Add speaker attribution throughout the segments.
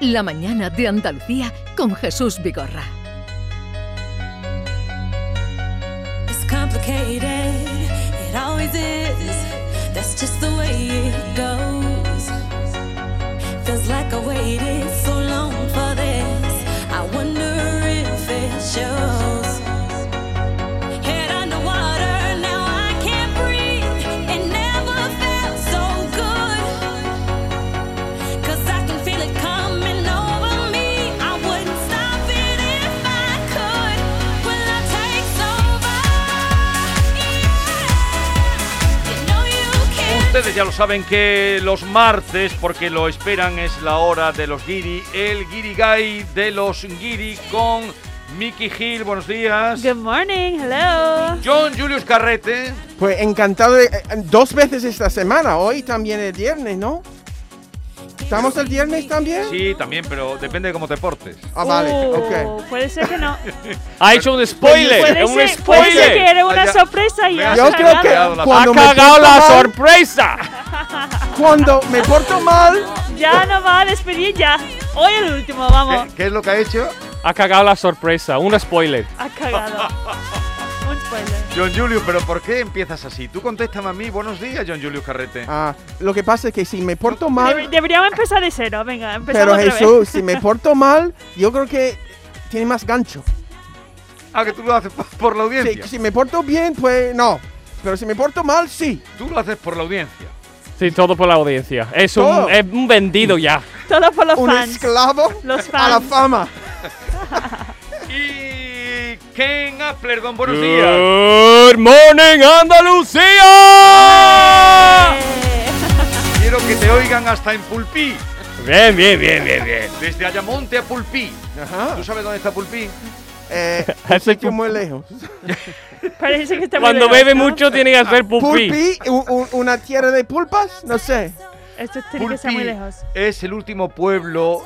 Speaker 1: La mañana de Andalucía con Jesús Vigorra.
Speaker 2: It's complicated, it always is. That's just the way it goes. Feels like I waited so long for this. I wonder if it shows. Head underwater, now I can't breathe. It never felt so good. Cause I can feel it coming over me. I wouldn't stop it if I could. When I take over, you know you can.
Speaker 3: Ustedes ya lo saben que los martes, porque lo esperan, es la hora de los guiri, el guiri guy de los guiri con Mickey Gil, buenos días.
Speaker 4: Good morning, hello.
Speaker 3: John Julius Carrete,
Speaker 5: Pues encantado de- eh, dos veces esta semana, hoy también el viernes, ¿no? ¿Estamos el viernes también?
Speaker 3: sí, también, pero depende de cómo te portes.
Speaker 5: Ah, vale,
Speaker 4: Uh,
Speaker 5: ok.
Speaker 4: Puede ser que no.
Speaker 6: Ha hecho un spoiler,
Speaker 4: Puede,
Speaker 6: un
Speaker 4: ser, puede ser que
Speaker 6: spoiler.
Speaker 4: era una
Speaker 3: Vaya,
Speaker 4: sorpresa y
Speaker 3: me
Speaker 4: ya
Speaker 3: has
Speaker 5: Yo
Speaker 4: está
Speaker 5: creo
Speaker 4: dado.
Speaker 5: que
Speaker 3: la-
Speaker 6: Ha
Speaker 5: cuando me,
Speaker 6: cagado
Speaker 5: porto
Speaker 6: la
Speaker 5: mal,
Speaker 6: sorpresa.
Speaker 5: cuando me porto mal,
Speaker 4: Ya no va a despedir ya. Hoy el último, vamos.
Speaker 7: ¿Qué, qué es lo que ha hecho?
Speaker 6: Ha cagado la sorpresa, un spoiler.
Speaker 4: Ha cagado. Un spoiler.
Speaker 3: John Julius, pero ¿por qué empiezas así? Tú contéstame a mí, buenos días, John Julius Carrete.
Speaker 5: ah, lo que pasa es que si me porto
Speaker 4: Debe-
Speaker 5: mal,
Speaker 4: deberíamos empezar de cero, venga,
Speaker 5: pero
Speaker 4: empezamos otra
Speaker 5: Jesús,
Speaker 4: vez.
Speaker 5: si me porto mal, yo creo que tiene más gancho.
Speaker 3: Ah, que tú lo haces po- por la
Speaker 5: Si,
Speaker 3: audiencia.
Speaker 5: si me porto bien, pues no. Pero si me porto mal, sí.
Speaker 3: Tú lo haces por la audiencia.
Speaker 6: Sí, todo por la audiencia. Es
Speaker 5: Todo.
Speaker 6: un, es un vendido ya.
Speaker 4: Todo por los
Speaker 5: Un
Speaker 4: fans.
Speaker 5: esclavo
Speaker 4: Los
Speaker 5: a la
Speaker 4: fans.
Speaker 5: fama.
Speaker 3: Y Ken Appler, don buenos días.
Speaker 6: Good morning, Andalucía.
Speaker 3: Quiero que te oigan hasta en Pulpí.
Speaker 6: Bien, bien, bien, bien, bien.
Speaker 3: Desde Ayamonte a Pulpí.
Speaker 5: Ajá.
Speaker 3: ¿Tú sabes dónde está Pulpí?
Speaker 5: Eh,
Speaker 6: Es el
Speaker 5: sitio muy lejos.
Speaker 4: Eh, Parece que está muy
Speaker 6: Cuando
Speaker 4: lejos,
Speaker 6: bebe
Speaker 4: ¿no?
Speaker 6: mucho tiene que
Speaker 5: Ah,
Speaker 6: hacer pupí.
Speaker 5: Pulpi, u- u- una tierra de pulpas, no sé.
Speaker 4: Esto tiene que estar
Speaker 3: Pulpí
Speaker 4: muy lejos.
Speaker 3: Es el último pueblo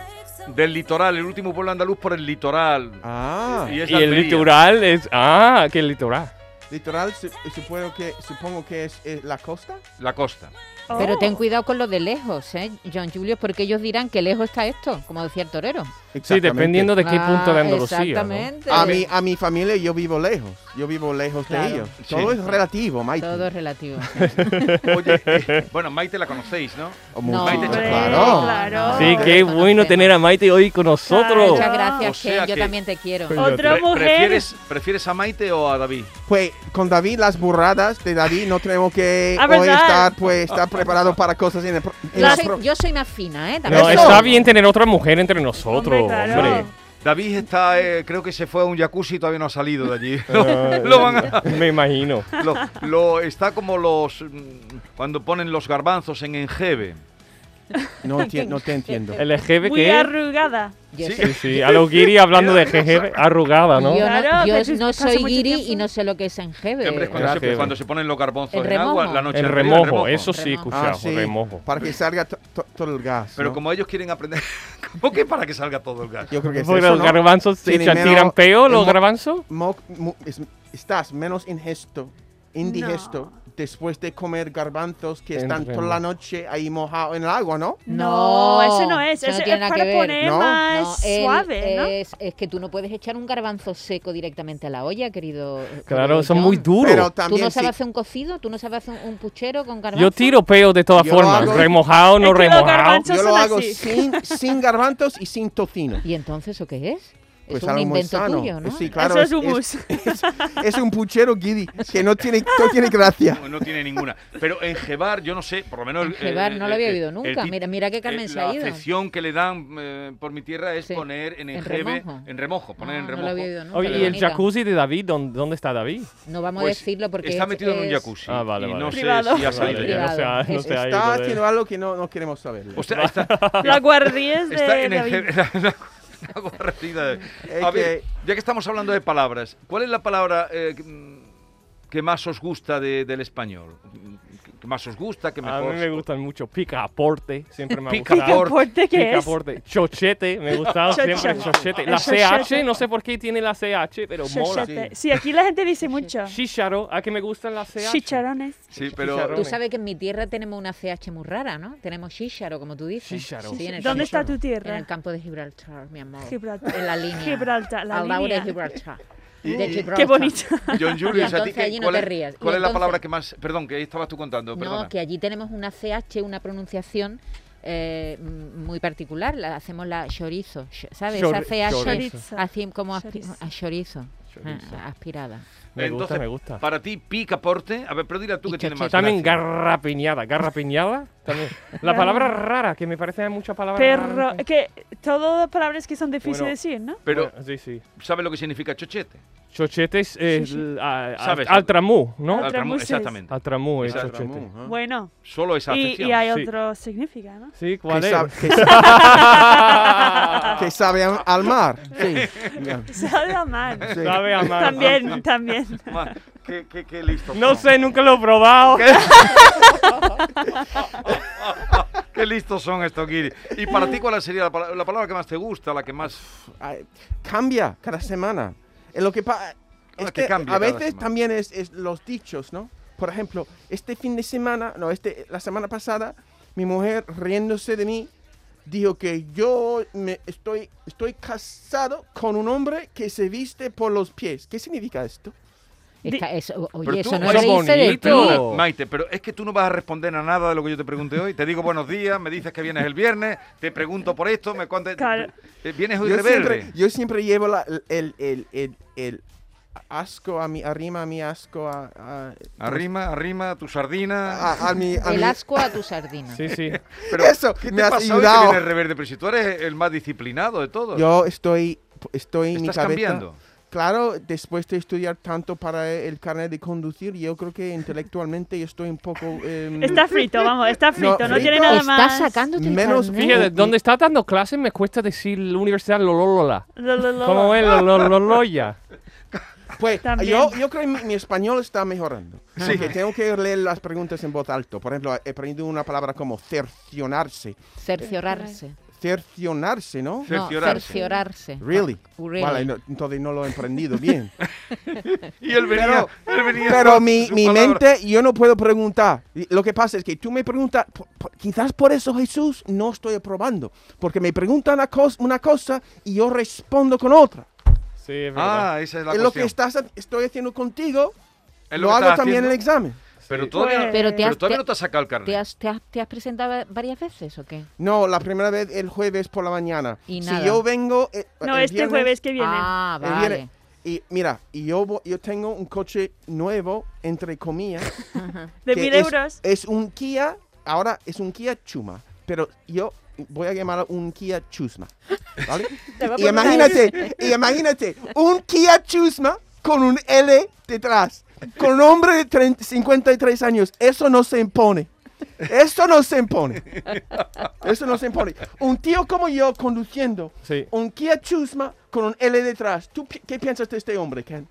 Speaker 3: del litoral, el último pueblo andaluz por el litoral.
Speaker 5: Ah,
Speaker 3: es
Speaker 6: Y el
Speaker 3: Almería.
Speaker 6: litoral es... Ah, que el litoral.
Speaker 5: litoral su- supongo que, supongo que es, eh, la costa.
Speaker 3: La costa.
Speaker 8: Pero
Speaker 4: Oh.
Speaker 8: ten cuidado con lo de lejos, ¿eh, John Julio? Porque ellos dirán que lejos está esto, como decía el torero.
Speaker 6: Sí, dependiendo de qué punto de
Speaker 8: Ah,
Speaker 6: Andalucía. ¿no?
Speaker 8: Exactamente.
Speaker 5: A mi, a mi familia yo vivo lejos, yo vivo lejos de
Speaker 8: Claro.
Speaker 5: ellos.
Speaker 3: Sí.
Speaker 5: Todo es relativo, Maite.
Speaker 8: Todo es relativo.
Speaker 3: Oye, eh, bueno, Maite la conocéis, ¿no?
Speaker 5: O mucho,
Speaker 8: No,
Speaker 3: Maite,
Speaker 4: Hombre,
Speaker 5: claro.
Speaker 4: claro.
Speaker 6: Sí, qué
Speaker 8: Nos
Speaker 6: bueno
Speaker 8: conocemos.
Speaker 6: tener a Maite hoy con
Speaker 8: Ah,
Speaker 6: nosotros.
Speaker 8: Muchas
Speaker 3: O
Speaker 8: gracias,
Speaker 3: sea
Speaker 8: que yo
Speaker 3: que-
Speaker 8: también te quiero.
Speaker 4: Otra
Speaker 3: Pre-
Speaker 4: mujer.
Speaker 3: ¿prefieres, ¿Prefieres a Maite o a David?
Speaker 5: Pues con David, las burradas de David, no tenemos que
Speaker 4: Ah,
Speaker 5: hoy
Speaker 4: ¿verdad?
Speaker 5: estar, pues, estar preparado para cosas en el pro- en
Speaker 8: Yo
Speaker 5: la
Speaker 8: soy,
Speaker 5: pro-
Speaker 8: yo soy más fina, ¿eh? También.
Speaker 6: No,
Speaker 5: Eso.
Speaker 6: está bien tener otra mujer entre nosotros,
Speaker 4: Hombre, claro.
Speaker 6: hombre.
Speaker 3: David está, eh, creo que se fue a un jacuzzi y todavía no ha salido de allí. Lo, lo van a-
Speaker 6: Ah, Me imagino.
Speaker 3: lo- lo- está como los mm, cuando ponen los garbanzos en Engeve.
Speaker 5: No, enti- no te entiendo.
Speaker 6: El jefe
Speaker 4: Muy
Speaker 6: que
Speaker 4: arrugada.
Speaker 8: Yo,
Speaker 3: Sí.
Speaker 8: soy-
Speaker 6: Sí, sí, a lo guiri hablando de jefe arrugada, ¿no?
Speaker 8: yo
Speaker 4: Claro,
Speaker 8: no, yo
Speaker 4: pero tú
Speaker 8: no
Speaker 4: estás hace
Speaker 8: soy
Speaker 4: mucho
Speaker 8: guiri
Speaker 4: tiempo.
Speaker 8: y no sé lo que es enjeve.
Speaker 3: Siempre es cuando,
Speaker 6: Gracias.
Speaker 3: se, cuando se ponen los garbanzos
Speaker 8: El
Speaker 3: en agua
Speaker 8: remojo.
Speaker 3: la noche
Speaker 6: El
Speaker 3: anterior,
Speaker 6: remojo, eso sí, he
Speaker 8: Remojo.
Speaker 6: escuchado,
Speaker 5: Ah, sí,
Speaker 6: remojo.
Speaker 5: Para que salga to- to- todo el gas.
Speaker 3: Pero
Speaker 5: ¿no?
Speaker 3: como ellos quieren aprender, ¿cómo que para que salga todo el gas?
Speaker 5: Yo creo que es
Speaker 6: Porque
Speaker 5: eso,
Speaker 6: los
Speaker 5: ¿no?
Speaker 6: garbanzos se
Speaker 5: Tiene menos-
Speaker 6: tiran peor, los
Speaker 5: el mo-
Speaker 6: garbanzos.
Speaker 5: mo- mu- es- estás menos ingesto, indigesto, después de comer garbanzos que están
Speaker 6: Enfermo.
Speaker 5: toda la noche ahí mojados en el agua, ¿no?
Speaker 4: No,
Speaker 8: No,
Speaker 4: ese no es.
Speaker 8: eso no
Speaker 4: ese
Speaker 8: tiene
Speaker 4: es
Speaker 8: nada
Speaker 4: para
Speaker 8: que ver.
Speaker 4: poner
Speaker 5: No,
Speaker 4: más
Speaker 8: No, el-
Speaker 4: suave, ¿no?
Speaker 8: Es, es que tú no puedes echar un garbanzo seco directamente a la olla, querido. eh,
Speaker 6: Claro,
Speaker 8: querido
Speaker 6: son
Speaker 8: John.
Speaker 6: muy
Speaker 5: Pero
Speaker 6: duros.
Speaker 5: también
Speaker 8: ¿Tú no sabes
Speaker 5: sí.
Speaker 8: hacer un cocido? ¿Tú no sabes hacer un, un puchero con garbanzo?
Speaker 6: Yo tiro peo de todas
Speaker 5: Yo
Speaker 6: formas,
Speaker 5: hago-
Speaker 6: remojado,
Speaker 4: Es que
Speaker 6: no
Speaker 4: los
Speaker 6: remojado.
Speaker 4: garbanzos-
Speaker 5: Yo
Speaker 4: son
Speaker 5: lo hago
Speaker 4: así.
Speaker 5: sin, sin garbanzos y sin tocino.
Speaker 8: ¿Y entonces eso qué es?
Speaker 5: Pues
Speaker 8: es un
Speaker 5: algo muy
Speaker 8: invento
Speaker 5: sano. Pues
Speaker 8: tuyo, ¿no?
Speaker 5: Sí, claro,
Speaker 4: Eso es hummus.
Speaker 5: Es, es un puchero guidi que no tiene, no tiene gracia.
Speaker 3: No, no tiene ninguna. Pero enjebar, yo no sé, por lo menos. el-
Speaker 8: Enjebar,
Speaker 3: el-
Speaker 8: no lo había oído
Speaker 3: el-
Speaker 8: nunca.
Speaker 3: el-
Speaker 8: Mira- mira qué Carmen
Speaker 3: el-
Speaker 8: se ha ido.
Speaker 3: La acepción que le dan eh, por mi tierra es
Speaker 8: Sí.
Speaker 3: poner en
Speaker 8: En
Speaker 3: enjebe,
Speaker 8: remojo.
Speaker 3: en remojo, poner
Speaker 8: Ah,
Speaker 3: en
Speaker 8: no lo
Speaker 3: remojo.
Speaker 8: había oído nunca,
Speaker 6: Oye,
Speaker 8: qué
Speaker 6: ¿y el
Speaker 8: bonito.
Speaker 6: jacuzzi de David? ¿Dón- ¿Dónde está David?
Speaker 8: No vamos
Speaker 3: Pues,
Speaker 8: a decirlo porque
Speaker 3: está
Speaker 8: es-
Speaker 3: metido en un
Speaker 8: es-
Speaker 3: jacuzzi.
Speaker 6: Ah, vale,
Speaker 3: y
Speaker 6: vale.
Speaker 3: no sé
Speaker 4: Privado.
Speaker 3: si ha salido
Speaker 6: Vale,
Speaker 3: ya.
Speaker 6: ya no se ha- no
Speaker 8: Es-
Speaker 6: se ha
Speaker 5: Está
Speaker 6: ido de-
Speaker 5: haciendo algo que no, no queremos saber.
Speaker 3: O sea, está,
Speaker 4: La guardiés de
Speaker 3: está en
Speaker 4: David.
Speaker 3: enjebe. la- la- la guarrida de-
Speaker 5: Es
Speaker 3: A ver,
Speaker 5: que-
Speaker 3: ya que estamos hablando de mm, palabras, ¿cuál es la palabra eh, que- que más os gusta de- del español? que más os gusta, que
Speaker 6: A
Speaker 3: mejor.
Speaker 6: mí me gustan mucho picaporte, siempre me ha gustado.
Speaker 4: ¿Picaporte qué es?
Speaker 6: Picaporte. Chochete, me gustaba
Speaker 4: Chochete.
Speaker 6: siempre chochete. La
Speaker 4: El chochete.
Speaker 6: CH, no sé por qué tiene la CH, pero mola.
Speaker 4: Chochete. Sí, aquí la gente dice mucho.
Speaker 6: Chícharo, ¿a qué me gustan las CH?
Speaker 4: Chicharones.
Speaker 3: Sí, pero
Speaker 6: Chicharrón.
Speaker 8: Tú sabes que en mi tierra tenemos una CH muy rara, ¿no? Tenemos chícharo, como tú dices.
Speaker 6: Chícharo.
Speaker 8: Sí, en el
Speaker 4: ¿Dónde está
Speaker 8: campo-
Speaker 4: tu
Speaker 8: En el
Speaker 4: tierra?
Speaker 8: campo de Gibraltar, mi amor.
Speaker 4: Gibraltar.
Speaker 8: En la línea.
Speaker 4: Gibraltar, la
Speaker 8: Al lado de
Speaker 4: línea.
Speaker 8: Gibraltar.
Speaker 3: Y-
Speaker 8: De
Speaker 3: y-
Speaker 8: Gibraltar.
Speaker 4: Qué bonita.
Speaker 3: John Julius, a ti
Speaker 8: entonces allí
Speaker 3: qué-
Speaker 8: no
Speaker 3: ¿cuál,
Speaker 8: te
Speaker 3: es,
Speaker 8: rías. Y
Speaker 3: cuál es la
Speaker 8: entonces-
Speaker 3: palabra que más. Perdón, que ahí estabas tú contando, perdona.
Speaker 8: No, que allí tenemos una CH, una pronunciación eh, m- muy particular. La, hacemos la chorizo, ch- ¿sabes?
Speaker 6: Chor-
Speaker 8: Esa CH
Speaker 4: chorizo.
Speaker 8: así como aspi-
Speaker 4: Chorizo.
Speaker 8: a chorizo,
Speaker 6: Chorizo.
Speaker 8: ah, aspirada.
Speaker 6: Me gusta,
Speaker 3: Entonces,
Speaker 6: me gusta.
Speaker 3: Para ti, picaporte. A ver, pero dile tú
Speaker 8: Y
Speaker 3: que tiene
Speaker 8: chochete.
Speaker 3: más.
Speaker 6: También
Speaker 3: gracia.
Speaker 6: garrapiñada, garrapiñada también. La palabra rara, que me parece hay muchas palabras
Speaker 4: Perro.
Speaker 6: raras.
Speaker 4: Que todas palabras que son difíciles de
Speaker 6: Bueno.
Speaker 4: decir, ¿no?
Speaker 3: Pero,
Speaker 6: Bueno, sí, sí.
Speaker 3: ¿sabes lo que significa chochete?
Speaker 6: Chochete es el- a- a-
Speaker 3: Sabes.
Speaker 6: al tramú, ¿no?
Speaker 3: Altramu-
Speaker 4: Al- Altramuces.
Speaker 3: Exactamente.
Speaker 6: Al tramú es
Speaker 3: Exacto.
Speaker 6: Ah, pues, chochete.
Speaker 5: Mm.
Speaker 4: Bueno.
Speaker 3: Solo esa
Speaker 4: Y,
Speaker 3: acepción.
Speaker 4: y hay
Speaker 6: Sí.
Speaker 4: otro significado, ¿no?
Speaker 6: Sí,
Speaker 5: Que,
Speaker 6: ¿cuál es?
Speaker 5: sabe, que sa- que sabe a- al mar. Sí.
Speaker 4: Sabe a mal.
Speaker 5: Sí.
Speaker 6: Sabe a mar.
Speaker 4: También, también.
Speaker 3: Ma, Ah, qué, qué- qué listo.
Speaker 6: No
Speaker 3: son.
Speaker 6: sé, nunca lo he probado.
Speaker 3: Qué listos son estos guiri. ¿Y para ti cuál sería la, pala- la palabra que más te gusta, la que más...
Speaker 5: Ay, Ah, Cambia cada semana. Eh, Lo que pa- es
Speaker 3: que
Speaker 5: que
Speaker 3: cambia
Speaker 5: a
Speaker 3: cada
Speaker 5: veces
Speaker 3: semana.
Speaker 5: también es, es los dichos, ¿no? Por ejemplo, este fin de semana, no, este, la semana pasada, mi mujer riéndose de mí dijo que yo me estoy, estoy casado con un hombre que se viste por los pies. ¿Qué significa esto?
Speaker 4: Di-
Speaker 8: Está- eso- o-
Speaker 3: Pero
Speaker 8: oye,
Speaker 3: tú-
Speaker 8: eso no
Speaker 3: eso
Speaker 8: es
Speaker 3: es
Speaker 8: reírse de
Speaker 6: bonito.
Speaker 8: ti.
Speaker 6: Oh.
Speaker 3: Maite, pero es que tú no vas a responder a nada de lo que yo te pregunté hoy. Te digo buenos días, me dices que vienes el viernes, te pregunto por esto, me cuentas...
Speaker 4: Claro.
Speaker 3: Eh, Vienes hoy
Speaker 5: Yo
Speaker 3: rebelde.
Speaker 5: siempre, yo siempre llevo la- el, el- el- el asco a mi, arrima a mi asco a, a,
Speaker 3: Arrima, arrima, tu sardina...
Speaker 5: a- a mi... a
Speaker 8: El
Speaker 5: mi-
Speaker 8: asco a tu sardina.
Speaker 6: Sí, sí.
Speaker 3: pero,
Speaker 5: eso,
Speaker 3: ¿qué te
Speaker 5: me has
Speaker 3: pasa hoy que
Speaker 5: ayudado.
Speaker 3: vienes rebelde? Pero si tú eres el más disciplinado de todos.
Speaker 5: Yo estoy, estoy en mi
Speaker 3: Estás
Speaker 5: cabeza...
Speaker 3: cambiando.
Speaker 5: Claro, después de estudiar tanto para el carnet de conducir, yo creo que intelectualmente yo estoy un poco... em,
Speaker 4: Está frito, vamos, está frito, no,
Speaker 5: frito.
Speaker 4: tiene nada
Speaker 8: Está
Speaker 4: más.
Speaker 8: sacándote el
Speaker 5: Menos
Speaker 8: carnet.
Speaker 6: Fíjate, donde está dando clases me cuesta decir la universidad Lololola.
Speaker 4: Lo, lo, lo.
Speaker 6: ¿Cómo es Lololoya?
Speaker 5: Pues
Speaker 4: También.
Speaker 5: yo, yo creo que mi, mi español está mejorando.
Speaker 3: Sí.
Speaker 5: Porque tengo que leer las preguntas en voz alta. Por ejemplo, he aprendido una palabra como cercionarse.
Speaker 8: Cerciorarse.
Speaker 5: Cercionarse, ¿no?
Speaker 8: No,
Speaker 3: Cerciorarse.
Speaker 8: cerciorarse.
Speaker 5: Really.
Speaker 8: Really.
Speaker 5: Vale, no- entonces no lo he aprendido bien.
Speaker 3: Y él venía... él venía
Speaker 5: Pero
Speaker 3: con
Speaker 5: mi,
Speaker 3: su
Speaker 5: mi
Speaker 3: palabra.
Speaker 5: mente, yo no puedo preguntar. Y Lo que pasa es que tú me preguntas, po- po- quizás por eso Jesús no estoy aprobando. Porque me preguntan una, cos- una cosa y yo respondo con otra.
Speaker 6: Sí, es verdad.
Speaker 3: Ah, esa es la
Speaker 5: es lo que
Speaker 3: cuestión.
Speaker 5: estás, ha- estoy haciendo contigo,
Speaker 3: Es
Speaker 5: lo,
Speaker 3: que
Speaker 5: hago
Speaker 3: estás
Speaker 5: también en el
Speaker 3: haciendo.
Speaker 5: examen.
Speaker 3: Pero
Speaker 4: Sí.
Speaker 3: todavía, no-
Speaker 4: Pues-
Speaker 8: Pero, te
Speaker 3: pero
Speaker 8: has,
Speaker 3: todavía
Speaker 8: te-
Speaker 3: no te has sacado el carnet.
Speaker 8: te has- te has- te has presentado varias veces o qué?
Speaker 5: No, la primera vez el jueves por la mañana.
Speaker 8: Y
Speaker 5: Si
Speaker 8: nada.
Speaker 5: yo vengo... eh,
Speaker 4: No,
Speaker 5: el
Speaker 4: este
Speaker 5: viernes-
Speaker 4: jueves que viene.
Speaker 8: Ah,
Speaker 5: el
Speaker 8: vale.
Speaker 5: viernes, y mira, y yo, vo- yo tengo un coche nuevo, entre comillas,
Speaker 4: de
Speaker 5: que
Speaker 4: mil
Speaker 5: es-
Speaker 4: euros.
Speaker 5: Es un Kia, ahora es un Kia Chuma, pero yo voy a llamar un Kia Chusma, ¿vale? y imagínate, y imagínate, un Kia Chusma con un L detrás, con un hombre de 30 53 años, eso no se impone. Eso no se impone. Eso no se impone. Un tío como yo conduciendo
Speaker 6: Sí.
Speaker 5: un Kia Chusma con un L detrás. ¿Tú pi- qué piensas de este hombre, Ken?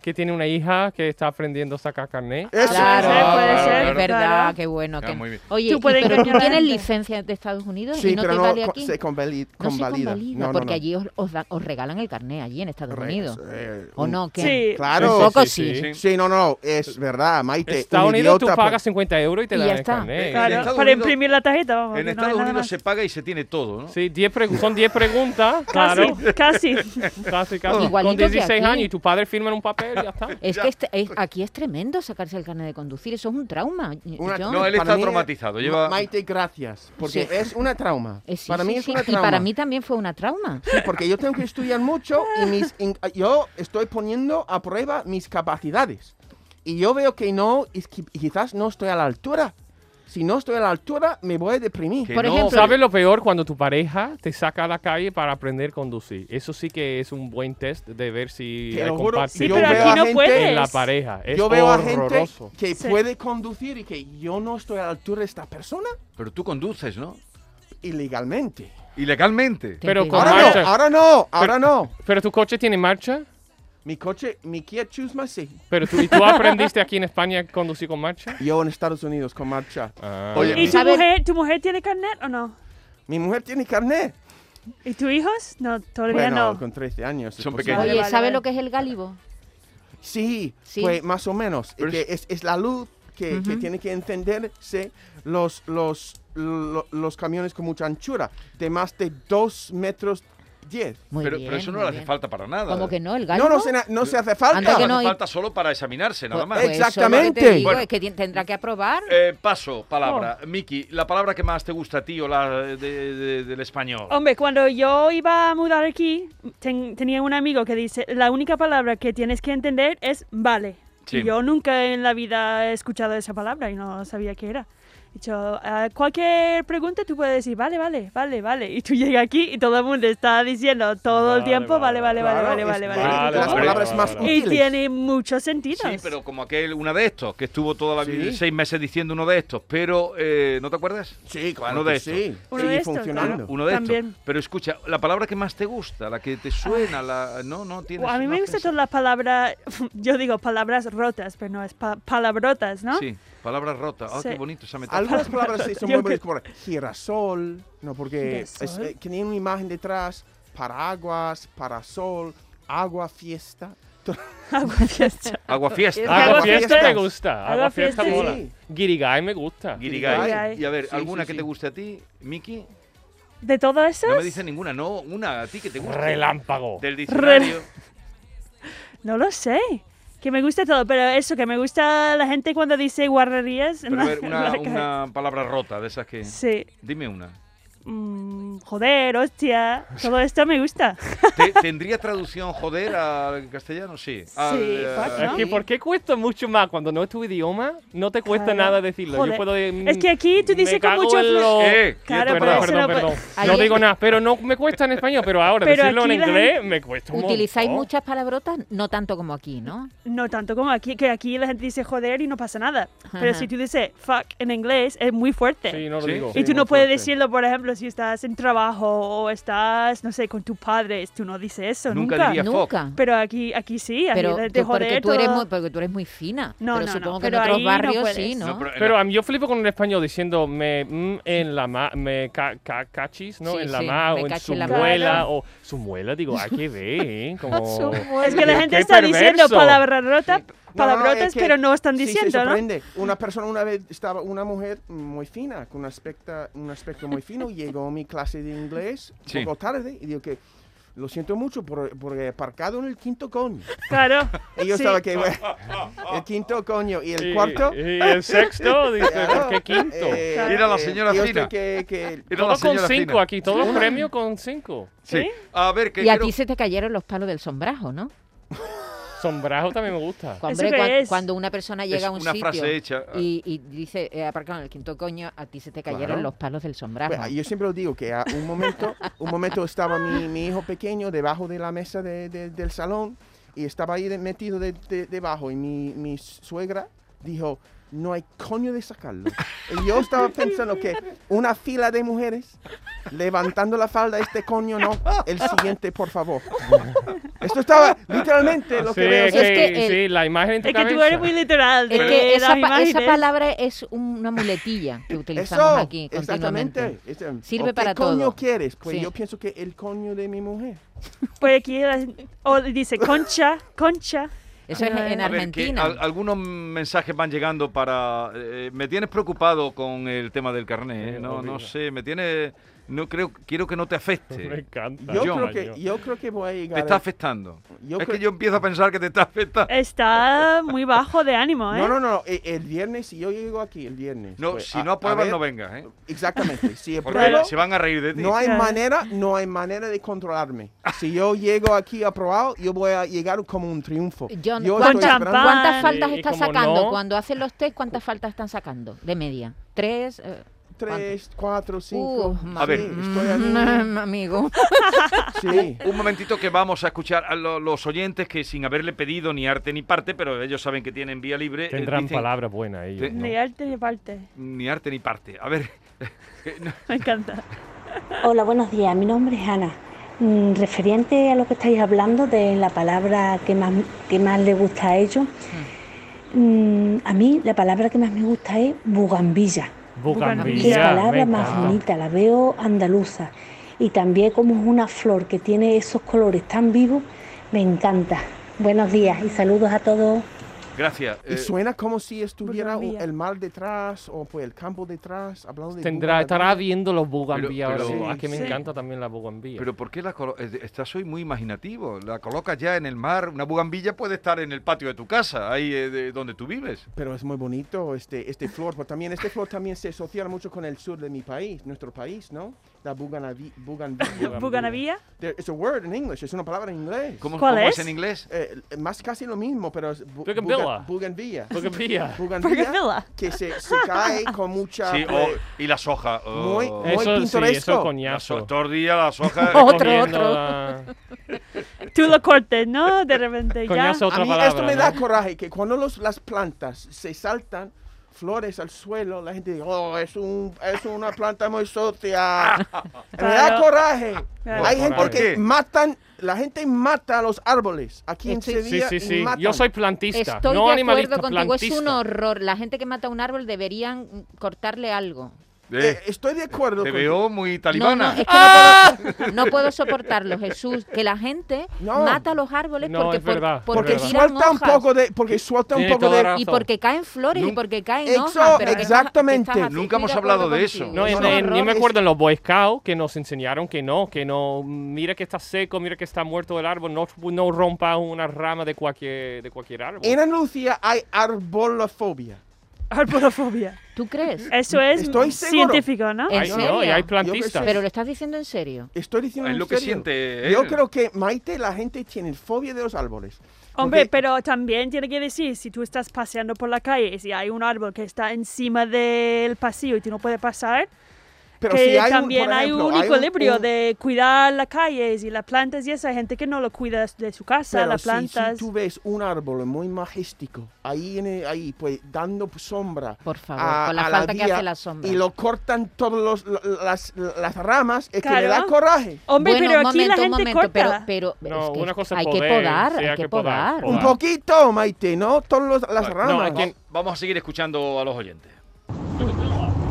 Speaker 6: Que tiene una hija que está aprendiendo a sacar carnet.
Speaker 5: Eso
Speaker 8: Claro,
Speaker 5: es.
Speaker 3: Ah, puede
Speaker 8: es
Speaker 3: ser,
Speaker 8: verdad,
Speaker 4: claro.
Speaker 8: qué bueno.
Speaker 3: Ah,
Speaker 8: que-
Speaker 3: muy bien.
Speaker 8: Oye,
Speaker 4: Tú
Speaker 8: y-
Speaker 4: puedes
Speaker 8: pero tú
Speaker 4: encontrar
Speaker 8: tienes
Speaker 4: gente.
Speaker 8: licencia de Estados Unidos
Speaker 5: Sí,
Speaker 8: y no
Speaker 5: pero
Speaker 8: te
Speaker 5: no
Speaker 8: vale
Speaker 5: co-
Speaker 8: aquí.
Speaker 5: se convali-
Speaker 8: no se
Speaker 5: convalida.
Speaker 8: convalida,
Speaker 5: No, no,
Speaker 8: porque
Speaker 5: no.
Speaker 8: allí os, os dan- os regalan el carnet, allí en Estados
Speaker 5: Re-
Speaker 8: Unidos.
Speaker 5: eh,
Speaker 8: ¿O
Speaker 5: un-
Speaker 8: no? ¿Qué?
Speaker 4: Sí.
Speaker 5: Claro.
Speaker 8: Un poco
Speaker 6: Sí, sí,
Speaker 8: sí.
Speaker 3: sí.
Speaker 5: Sí, no, no, es verdad, Maite. un
Speaker 6: Estados Unidos tú
Speaker 5: idiota, pues,
Speaker 6: pagas 50 euros y te
Speaker 8: Y ya
Speaker 6: dan el
Speaker 8: está.
Speaker 6: carnet.
Speaker 3: Claro.
Speaker 4: Claro,
Speaker 3: Estados
Speaker 4: para
Speaker 3: Unidos-
Speaker 4: imprimir la tarjeta,
Speaker 3: En
Speaker 4: vamos. que no hay
Speaker 3: Estados
Speaker 4: nada
Speaker 3: Unidos
Speaker 4: más.
Speaker 3: se paga y se tiene todo, ¿no?
Speaker 6: Sí, 10 pregu- son 10 preguntas, claro.
Speaker 4: Casi, casi.
Speaker 6: Casi, casi.
Speaker 8: Igualito
Speaker 6: Con
Speaker 8: que
Speaker 6: 16
Speaker 8: aquí.
Speaker 6: años y tu padre firma en un papel y ya está.
Speaker 8: Es
Speaker 3: Ya.
Speaker 8: que este- es- aquí es tremendo sacarse el carnet de conducir, eso es un trauma.
Speaker 5: una-
Speaker 8: John.
Speaker 3: No, él está
Speaker 5: para mí-
Speaker 3: traumatizado, lleva-
Speaker 5: Maite, gracias. Porque
Speaker 8: Sí.
Speaker 5: es una trauma.
Speaker 8: Eh, sí,
Speaker 5: para
Speaker 8: sí,
Speaker 5: mí es
Speaker 8: sí,
Speaker 5: una
Speaker 8: Y
Speaker 5: trauma.
Speaker 8: para mí también fue una trauma.
Speaker 5: Sí, porque yo tengo que estudiar mucho y mis, in- yo estoy poniendo a prueba mis capacidades. Y yo veo que no, y qui- y quizás no estoy a la altura. Si no estoy a la altura, me voy a deprimir.
Speaker 3: Que
Speaker 8: Por
Speaker 3: no-
Speaker 8: ejemplo-
Speaker 6: ¿Sabes lo peor? Cuando tu pareja te saca a la calle para aprender a conducir. Eso sí que es un buen test de ver si
Speaker 5: Te
Speaker 6: hay
Speaker 5: lo juro,
Speaker 6: compartir
Speaker 4: Sí,
Speaker 5: yo
Speaker 4: pero
Speaker 5: veo
Speaker 4: aquí
Speaker 5: a
Speaker 4: no
Speaker 5: gente-
Speaker 6: en
Speaker 4: puedes.
Speaker 6: la pareja. Es
Speaker 5: yo veo a gente
Speaker 6: horroroso.
Speaker 5: que
Speaker 4: Sí.
Speaker 5: puede conducir y que yo no estoy a la altura de esta persona
Speaker 3: Pero tú conduces, ¿no?
Speaker 5: ilegalmente.
Speaker 3: Ilegalmente.
Speaker 8: Te
Speaker 6: Pero
Speaker 8: impiden.
Speaker 6: con
Speaker 5: Ahora no,
Speaker 6: marcha.
Speaker 5: ahora no, ahora no.
Speaker 6: ¿Pero tu coche tiene marcha?
Speaker 5: Mi coche, mi Kia Chusma, sí.
Speaker 6: Pero tú, ¿y tú aprendiste aquí en España a conducir con marcha?
Speaker 5: Yo en Estados Unidos con marcha.
Speaker 6: Ah.
Speaker 3: Oye,
Speaker 4: ¿Y tu
Speaker 8: A ver.
Speaker 4: mujer, tu mujer tiene carnet o no?
Speaker 5: Mi mujer tiene carnet.
Speaker 4: ¿Y tus hijos? No, todavía
Speaker 5: Bueno,
Speaker 4: no.
Speaker 5: con 13 años. es
Speaker 3: Son
Speaker 5: posible.
Speaker 3: pequeños.
Speaker 8: Oye,
Speaker 4: vale,
Speaker 8: ¿sabe
Speaker 4: vale.
Speaker 8: lo que es el gálibo?
Speaker 5: Sí,
Speaker 8: Sí.
Speaker 5: pues más o menos.
Speaker 3: Pero
Speaker 5: que es, es la luz que, que tiene que entenderse los, los, lo- los camiones con mucha anchura, de más de 2 metros 10.
Speaker 8: Muy
Speaker 3: pero,
Speaker 8: bien,
Speaker 3: pero eso no
Speaker 8: muy
Speaker 3: le hace
Speaker 8: bien.
Speaker 3: falta para nada.
Speaker 8: ¿Cómo que no? ¿El
Speaker 5: No,
Speaker 8: gálibo?
Speaker 5: no se, na- no se hace falta.
Speaker 8: Anda
Speaker 3: hace
Speaker 8: que no, y-
Speaker 3: falta solo para examinarse, nada
Speaker 8: Pues-
Speaker 3: más.
Speaker 8: pues eso es lo que te
Speaker 5: Exactamente.
Speaker 8: digo,
Speaker 3: Bueno.
Speaker 8: es que ti- tendrá que aprobar.
Speaker 3: Eh, paso, palabra.
Speaker 8: Oh.
Speaker 3: Miki, la palabra que más te gusta a ti o la de- de- del español.
Speaker 4: Hombre, cuando yo iba a mudar aquí, ten- tenía un amigo que dice, la única palabra que tienes que entender es vale.
Speaker 3: Sí.
Speaker 4: Y yo nunca en la vida he escuchado esa palabra y no sabía qué era. He Dicho, "Ah, cualquier pregunta tú puedes decir, vale, vale, vale, vale. Y tú llegas aquí y todo el mundo está diciendo todo el
Speaker 6: Vale,
Speaker 4: tiempo, vale, vale, vale,
Speaker 6: vale,
Speaker 5: Claro,
Speaker 4: vale,
Speaker 5: es-
Speaker 4: vale, vale.
Speaker 6: vale,
Speaker 5: Las
Speaker 6: vale,
Speaker 5: palabras
Speaker 6: vale,
Speaker 5: más
Speaker 6: vale.
Speaker 4: Y
Speaker 5: útiles.
Speaker 4: tiene mucho sentido.
Speaker 3: Sí, pero como aquel, una de estos, que estuvo toda la vida,
Speaker 5: Sí.
Speaker 3: seis meses diciendo uno de estos, pero eh, ¿no te acuerdas?
Speaker 5: Sí,
Speaker 3: Uno
Speaker 5: claro
Speaker 3: de
Speaker 5: que
Speaker 3: estos.
Speaker 5: sí.
Speaker 4: Uno de
Speaker 5: Sigue
Speaker 4: estos,
Speaker 5: funcionando.
Speaker 4: claro.
Speaker 3: Uno de
Speaker 4: También.
Speaker 3: estos. Pero escucha, la palabra que más te gusta, la que te suena, la... No, no, tienes...
Speaker 4: a mí
Speaker 3: una
Speaker 4: me
Speaker 3: ofensa.
Speaker 4: gustan todas las palabras, yo digo palabras rotas, pero no es pa- palabrotas, ¿no?
Speaker 3: Sí, palabra rota. Ah,
Speaker 4: Sí.
Speaker 3: qué bonito esa metáfora.
Speaker 5: Algunas palabras sí son
Speaker 4: Yo
Speaker 5: muy bonitas, como girasol, no, porque es-
Speaker 4: Girasol.
Speaker 5: eh, que tiene una imagen detrás, paraguas, parasol, agua, fiesta.
Speaker 4: Agua fiesta.
Speaker 3: Agua fiesta.
Speaker 6: Agua
Speaker 4: Agua
Speaker 6: fiesta
Speaker 4: fiesta.
Speaker 6: me gusta. Agua,
Speaker 4: Agua
Speaker 6: fiesta,
Speaker 4: fiesta,
Speaker 6: mola.
Speaker 5: sí.
Speaker 6: Guirigay me gusta.
Speaker 3: Guirigay.
Speaker 4: Guirigay.
Speaker 3: Y a ver,
Speaker 5: Sí,
Speaker 3: ¿alguna
Speaker 5: sí,
Speaker 3: que
Speaker 5: sí.
Speaker 3: te guste a ti, Miki?
Speaker 4: ¿De todo eso?
Speaker 3: No me dice ninguna, no, una a ti que te guste.
Speaker 6: Relámpago.
Speaker 3: Del diccionario.
Speaker 4: No lo sé. Que me gusta todo, pero eso, que me gusta la gente cuando dice guarrerías. en
Speaker 3: Pero a
Speaker 4: la-
Speaker 3: ver,
Speaker 4: en
Speaker 3: una,
Speaker 4: la calle.
Speaker 3: una palabra rota de esas que...
Speaker 4: Sí.
Speaker 3: Dime una.
Speaker 4: Mm, joder, hostia. Todo esto me gusta.
Speaker 3: ¿Te- ¿Tendría traducción joder al castellano? Sí. Al,
Speaker 4: Sí,
Speaker 3: eh,
Speaker 4: fácil.
Speaker 6: Es que ¿por qué cuesta mucho más cuando no es tu idioma? No te cuesta
Speaker 4: Claro.
Speaker 6: nada decirlo. Yo
Speaker 4: Joder.
Speaker 6: puedo de-
Speaker 4: Es que aquí tú
Speaker 6: me
Speaker 4: dices con
Speaker 6: cago
Speaker 4: mucho
Speaker 6: en
Speaker 4: fle-
Speaker 6: lo-
Speaker 3: Eh, quieto,
Speaker 4: Claro, pero
Speaker 6: Perdón,
Speaker 4: eso
Speaker 6: perdón,
Speaker 4: no-
Speaker 6: perdón. No
Speaker 8: Ayer-
Speaker 6: digo nada, pero no me cuesta en español, pero ahora
Speaker 4: Pero
Speaker 6: decirlo en
Speaker 4: aquí la
Speaker 6: inglés
Speaker 4: gente-
Speaker 6: me cuesta un
Speaker 8: Utilizáis
Speaker 6: montón.
Speaker 8: muchas palabrotas, no tanto como aquí, ¿no?
Speaker 4: No tanto como aquí, que aquí la gente dice joder y no pasa nada. Pero
Speaker 8: Ajá.
Speaker 4: si tú dices fuck en inglés, es muy fuerte.
Speaker 6: Sí, no lo
Speaker 3: Sí.
Speaker 6: digo.
Speaker 4: Y
Speaker 5: Sí,
Speaker 4: tú no
Speaker 5: muy
Speaker 4: puedes
Speaker 5: fuerte.
Speaker 4: decirlo, por ejemplo, si estás en trabajo o estás, no sé, con tus padres, tú no dices eso
Speaker 3: Nunca
Speaker 4: nunca.
Speaker 3: diría- fuck.
Speaker 8: Nunca.
Speaker 4: Pero aquí, aquí sí, aquí
Speaker 8: Pero
Speaker 4: de- de
Speaker 8: tú- porque
Speaker 4: joder
Speaker 8: tú, eres
Speaker 4: todo.
Speaker 8: muy, porque tú eres muy fina.
Speaker 4: No,
Speaker 8: pero
Speaker 4: no, no,
Speaker 8: supongo que
Speaker 4: pero
Speaker 8: en otros
Speaker 4: ahí no
Speaker 8: barrios
Speaker 4: puedes.
Speaker 8: sí, ¿no?
Speaker 3: No,
Speaker 5: eh,
Speaker 3: pero en
Speaker 6: Pero
Speaker 3: la-
Speaker 6: a mí yo flipo con el español diciendo me mm, en la ma, me ca- ca- cachis, ¿no?
Speaker 8: Sí,
Speaker 6: en la
Speaker 8: sí,
Speaker 6: ma
Speaker 8: me
Speaker 6: o en
Speaker 8: cacho
Speaker 6: su
Speaker 8: en la
Speaker 4: ma.
Speaker 6: muela
Speaker 4: Claro.
Speaker 6: o su muela, digo, hay que ver, ¿eh? Como
Speaker 5: Oh.
Speaker 4: Es que la
Speaker 6: Qué
Speaker 4: gente está diciendo
Speaker 6: perverso.
Speaker 4: palabras rotas,
Speaker 5: No, no,
Speaker 4: palabrotas,
Speaker 5: es que
Speaker 4: pero no están
Speaker 5: sí, se
Speaker 4: diciendo, ¿no?
Speaker 5: sorprende. Una persona una vez estaba una mujer muy fina, con un aspecto, un aspecto muy fino, llegó a mi clase de inglés
Speaker 3: Sí.
Speaker 5: un poco tarde y dijo que lo siento mucho por, por he aparcado en el quinto coño.
Speaker 4: Claro.
Speaker 5: Y yo
Speaker 4: sí.
Speaker 5: estaba que bueno, el quinto coño y el
Speaker 6: Y-
Speaker 5: cuarto.
Speaker 6: Y, el sexto, dice,
Speaker 5: claro,
Speaker 6: ¿por qué quinto?
Speaker 5: eh,
Speaker 3: Mira la señora
Speaker 5: y yo
Speaker 3: fina.
Speaker 5: sé que- que-
Speaker 3: Era la
Speaker 6: Todo con
Speaker 3: señora
Speaker 6: cinco
Speaker 3: Fina.
Speaker 6: aquí, todos los premios con cinco.
Speaker 3: Sí. A ver, que
Speaker 8: Y a
Speaker 3: quiero-
Speaker 8: ti se te cayeron los palos del sombrajo, ¿no?
Speaker 6: Sombrajo también me gusta.
Speaker 8: Hombre,
Speaker 4: qué
Speaker 8: cuan-
Speaker 4: es?
Speaker 8: cuando una persona llega a un
Speaker 3: una
Speaker 8: sitio
Speaker 3: frase hecha.
Speaker 8: Y, y dice, eh, aparcado en el quinto coño, a ti se te cayeron
Speaker 5: Claro.
Speaker 8: los palos del sombrajo.
Speaker 5: Bueno, Pues, yo siempre lo digo que a un momento, un momento estaba mi, mi hijo pequeño debajo de la mesa de- de- del salón y estaba ahí de- metido de- de- debajo y mi, mi suegra dijo, no hay coño de sacarlo. Y yo estaba pensando que una fila de mujeres levantando la falda, este coño no, el siguiente por favor. Esto estaba literalmente lo
Speaker 6: Ah, Sí,
Speaker 5: que veo.
Speaker 6: es
Speaker 8: Es
Speaker 6: que,
Speaker 8: que el-
Speaker 6: sí, la imagen en tu
Speaker 4: Es que tú
Speaker 6: cabeza.
Speaker 4: eres muy literal.
Speaker 8: es
Speaker 4: de
Speaker 8: que esa,
Speaker 4: las
Speaker 8: pa- esa
Speaker 4: imágenes.
Speaker 8: palabra es un- una muletilla que utilizamos
Speaker 5: Eso,
Speaker 8: aquí continuamente.
Speaker 5: exactamente. Este, ¿o
Speaker 8: Sirve para
Speaker 5: ¿Qué coño
Speaker 8: todo.
Speaker 5: quieres? Pues
Speaker 8: Sí.
Speaker 5: yo pienso que el coño de mi mujer.
Speaker 4: Pues aquí la- o dice concha, concha.
Speaker 8: Eso es en
Speaker 4: A
Speaker 3: A ver, que
Speaker 8: Argentina.
Speaker 3: al- algunos mensajes van llegando para... eh, me tienes preocupado con el tema del carnet, ¿eh?
Speaker 6: Sí,
Speaker 3: No, no
Speaker 6: horrible.
Speaker 3: sé, me tiene... No creo, quiero que no te
Speaker 6: Me
Speaker 3: afecte.
Speaker 6: encanta.
Speaker 5: Yo,
Speaker 3: Yo-
Speaker 5: creo que, yo creo que voy a llegar.
Speaker 3: Te está
Speaker 5: a-
Speaker 3: afectando.
Speaker 5: Yo
Speaker 3: es que
Speaker 5: creo-
Speaker 3: yo empiezo a pensar que te está
Speaker 4: Eh,
Speaker 3: afectando.
Speaker 4: Está muy bajo de ánimo, ¿eh?
Speaker 5: No, no, no. e- El viernes, si yo llego aquí el viernes.
Speaker 3: No,
Speaker 5: pues,
Speaker 3: si
Speaker 5: a-
Speaker 3: no
Speaker 5: a
Speaker 3: apruebas,
Speaker 5: ver,
Speaker 3: no vengas, ¿eh?
Speaker 5: Exactamente. Si apruebo,
Speaker 3: Porque se van a reír de ti.
Speaker 5: no hay
Speaker 4: Claro.
Speaker 5: manera, no hay manera de controlarme. Si yo llego aquí aprobado, yo voy a llegar como un triunfo.
Speaker 8: John,
Speaker 5: yo
Speaker 4: Con
Speaker 5: estoy
Speaker 8: ¿cuántas,
Speaker 5: esperando-
Speaker 4: champán.
Speaker 8: cuántas faltas
Speaker 6: Y- y
Speaker 8: está
Speaker 6: como
Speaker 8: sacando?
Speaker 6: no-
Speaker 8: Cuando hacen los test, ¿cuántas faltas están sacando? De media. ¿Tres? eh,
Speaker 5: Tres, cuatro,
Speaker 8: Uh,
Speaker 5: cinco.
Speaker 8: ma-
Speaker 3: ver.
Speaker 5: Sí, estoy ahí.
Speaker 8: Mm, amigo.
Speaker 5: Sí.
Speaker 3: Un momentito que vamos a escuchar a lo- los oyentes que sin haberle pedido ni arte ni parte, pero ellos saben que tienen vía libre. eh,
Speaker 6: Tendrán
Speaker 3: dicen,
Speaker 6: palabras buenas ellos.
Speaker 3: Te-
Speaker 6: ¿no?
Speaker 4: Ni arte ni parte.
Speaker 3: Ni arte ni parte. A ver,
Speaker 4: Me encanta.
Speaker 7: Hola, buenos días. Mi nombre es Ana. Mm, Referente a lo que estáis hablando de la palabra que más, que más le gusta a ellos, mm, a mí la palabra que más me gusta es bugambilla.
Speaker 4: Bugambilia,
Speaker 7: Qué
Speaker 4: Ya,
Speaker 7: palabra
Speaker 6: venga.
Speaker 7: más bonita, la veo andaluza. Y también como es una flor que tiene esos colores tan vivos, me encanta. Buenos días y saludos a todos.
Speaker 3: Gracias.
Speaker 5: Y
Speaker 3: eh,
Speaker 5: suena como si estuviera un-
Speaker 4: Bugambilia.
Speaker 5: el mar detrás o pues, el campo detrás, hablando de
Speaker 6: Tendrá, estará
Speaker 5: Bugambilia.
Speaker 6: viendo los bugambillas
Speaker 3: Pero-
Speaker 6: ahora.
Speaker 3: pero-
Speaker 6: mismo. Ah, que me
Speaker 4: sí.
Speaker 6: encanta también la bugambilla.
Speaker 3: pero ¿por qué la colo- eh, estás hoy muy imaginativo? La colocas ya en el mar. Una bugambilla puede estar en el patio de tu casa, ahí eh, de donde tú vives.
Speaker 5: Pero es muy bonito este, este flor, porque también este flor también se asocia mucho con el sur de mi país, nuestro país, ¿no? La buganavi, buganvilla.
Speaker 4: Buganavía.
Speaker 5: There- It's a word in English, es una palabra en inglés.
Speaker 3: ¿Cómo,
Speaker 4: ¿Cuál
Speaker 3: cómo es?
Speaker 4: es?
Speaker 3: en inglés?
Speaker 5: Eh, más casi lo mismo, pero es bu-
Speaker 6: Bougainvillea.
Speaker 5: buga- buganvilla.
Speaker 6: Bugambilla.
Speaker 5: Buganvilla
Speaker 4: Buganavilla.
Speaker 5: que se, se cae con mucha...
Speaker 3: Sí, o-
Speaker 5: eh,
Speaker 3: y la soja. o-
Speaker 5: muy-
Speaker 3: la
Speaker 5: muy
Speaker 6: Eso sí, eso es
Speaker 5: pintoresco.
Speaker 3: so-
Speaker 6: coñazo.
Speaker 3: todo el día la soja.
Speaker 1: Otro,
Speaker 6: Comiendo
Speaker 1: otro.
Speaker 6: la-
Speaker 4: Tú lo cortes, ¿no? De repente ya.
Speaker 6: Coñazo,
Speaker 5: A
Speaker 6: otra
Speaker 5: mí
Speaker 6: palabra.
Speaker 5: esto me da
Speaker 6: ¿no?
Speaker 5: coraje, que cuando los, las plantas se saltan flores al suelo, la gente dice, oh, es, un, es una planta muy sucia. me da
Speaker 4: Claro.
Speaker 5: coraje.
Speaker 4: Claro.
Speaker 5: Hay gente
Speaker 3: ¿Por
Speaker 5: que
Speaker 3: qué?
Speaker 5: matan, la gente mata a los árboles aquí en
Speaker 8: Estoy-
Speaker 5: Sevilla.
Speaker 6: Sí, sí,
Speaker 5: y
Speaker 6: sí.
Speaker 5: matan.
Speaker 6: Yo soy plantista.
Speaker 8: Estoy
Speaker 6: no
Speaker 8: de
Speaker 6: animalista,
Speaker 8: acuerdo contigo,
Speaker 6: plantista.
Speaker 8: es un horror. La gente que mata un árbol deberían mm, cortarle algo.
Speaker 5: Eh,
Speaker 3: Eh,
Speaker 5: estoy de acuerdo
Speaker 3: te
Speaker 5: con
Speaker 3: veo muy
Speaker 8: No, no,
Speaker 3: talibana.
Speaker 8: es que no
Speaker 6: ¡Ah!
Speaker 8: puedo- no, puedo, soportarlo, Jesús. Que la gente
Speaker 5: No.
Speaker 8: mata los árboles
Speaker 6: No,
Speaker 8: porque,
Speaker 6: es verdad, es
Speaker 5: porque
Speaker 6: verdad.
Speaker 8: tiran
Speaker 5: suelta un
Speaker 8: hojas.
Speaker 5: poco de porque suelta un
Speaker 6: Tiene
Speaker 5: poco
Speaker 6: toda
Speaker 5: de
Speaker 6: la
Speaker 8: Y
Speaker 6: razón.
Speaker 8: porque caen flores y
Speaker 3: Nun-
Speaker 8: porque caen
Speaker 5: Eso,
Speaker 8: hojas. pero que no-
Speaker 5: exactamente.
Speaker 8: que estás así,
Speaker 3: Nunca
Speaker 8: estoy
Speaker 3: hemos
Speaker 8: de
Speaker 3: hablado
Speaker 8: acuerdo
Speaker 3: de eso.
Speaker 8: contigo.
Speaker 6: No,
Speaker 5: Es
Speaker 6: en-
Speaker 5: un
Speaker 6: en-
Speaker 5: horror,
Speaker 6: ni me
Speaker 5: es-
Speaker 6: acuerdo en los Boy Scouts que nos enseñaron que no, que no, mira que está seco, mira que está muerto el árbol, no, no rompa una rama de cualquier, de cualquier árbol.
Speaker 5: En Andalucía hay arbolofobia.
Speaker 4: Arborofobia.
Speaker 8: ¿Tú crees?
Speaker 4: Eso es
Speaker 5: Estoy seguro.
Speaker 4: científico, ¿no?
Speaker 8: Eh,
Speaker 6: Ay,
Speaker 8: ¿en
Speaker 6: no, y
Speaker 8: serio?
Speaker 6: Eh, hay
Speaker 8: Yo
Speaker 6: plantistas.
Speaker 5: qué
Speaker 8: Pero lo estás diciendo en serio.
Speaker 5: Estoy diciendo
Speaker 3: Es
Speaker 5: en
Speaker 3: lo que
Speaker 5: serio.
Speaker 3: siente
Speaker 5: Yo
Speaker 3: él.
Speaker 5: creo que Maite, la gente tiene fobia de los árboles.
Speaker 4: Hombre,
Speaker 5: Porque-
Speaker 4: pero también tiene que decir, si tú estás paseando por la calle y si hay un árbol que está encima del pasillo y tú no puedes pasar,
Speaker 5: pero
Speaker 4: que
Speaker 5: si hay un-
Speaker 4: también
Speaker 5: por
Speaker 4: hay
Speaker 5: ejemplo,
Speaker 4: un
Speaker 5: hay
Speaker 4: equilibrio
Speaker 5: un-
Speaker 4: de cuidar las calles y las plantas y esa gente que no lo cuida de su casa,
Speaker 5: Pero
Speaker 4: las
Speaker 5: si- Si,
Speaker 4: plantas.
Speaker 5: tú ves un árbol muy majestático ahí, en el- ahí pues dando sombra.
Speaker 8: Por favor,
Speaker 5: a-
Speaker 8: con la
Speaker 5: a
Speaker 8: falta que
Speaker 5: vía,
Speaker 8: hace la sombra.
Speaker 5: Y lo cortan todas las, las ramas, es que le da
Speaker 4: Claro.
Speaker 5: coraje.
Speaker 4: Hombre,
Speaker 8: Bueno,
Speaker 4: pero
Speaker 8: un
Speaker 4: aquí la
Speaker 8: momento, un
Speaker 4: gente
Speaker 8: momento,
Speaker 4: corta.
Speaker 8: Pero, pero
Speaker 6: No,
Speaker 8: es que
Speaker 6: una cosa es
Speaker 8: hay que
Speaker 6: poder,
Speaker 8: podar,
Speaker 6: sí,
Speaker 8: hay que podar.
Speaker 6: podar.
Speaker 5: Un poquito, Maite, ¿no? Todas las
Speaker 3: Vale,
Speaker 5: ramas.
Speaker 6: no, hay quien-
Speaker 3: Vamos a seguir escuchando a los oyentes.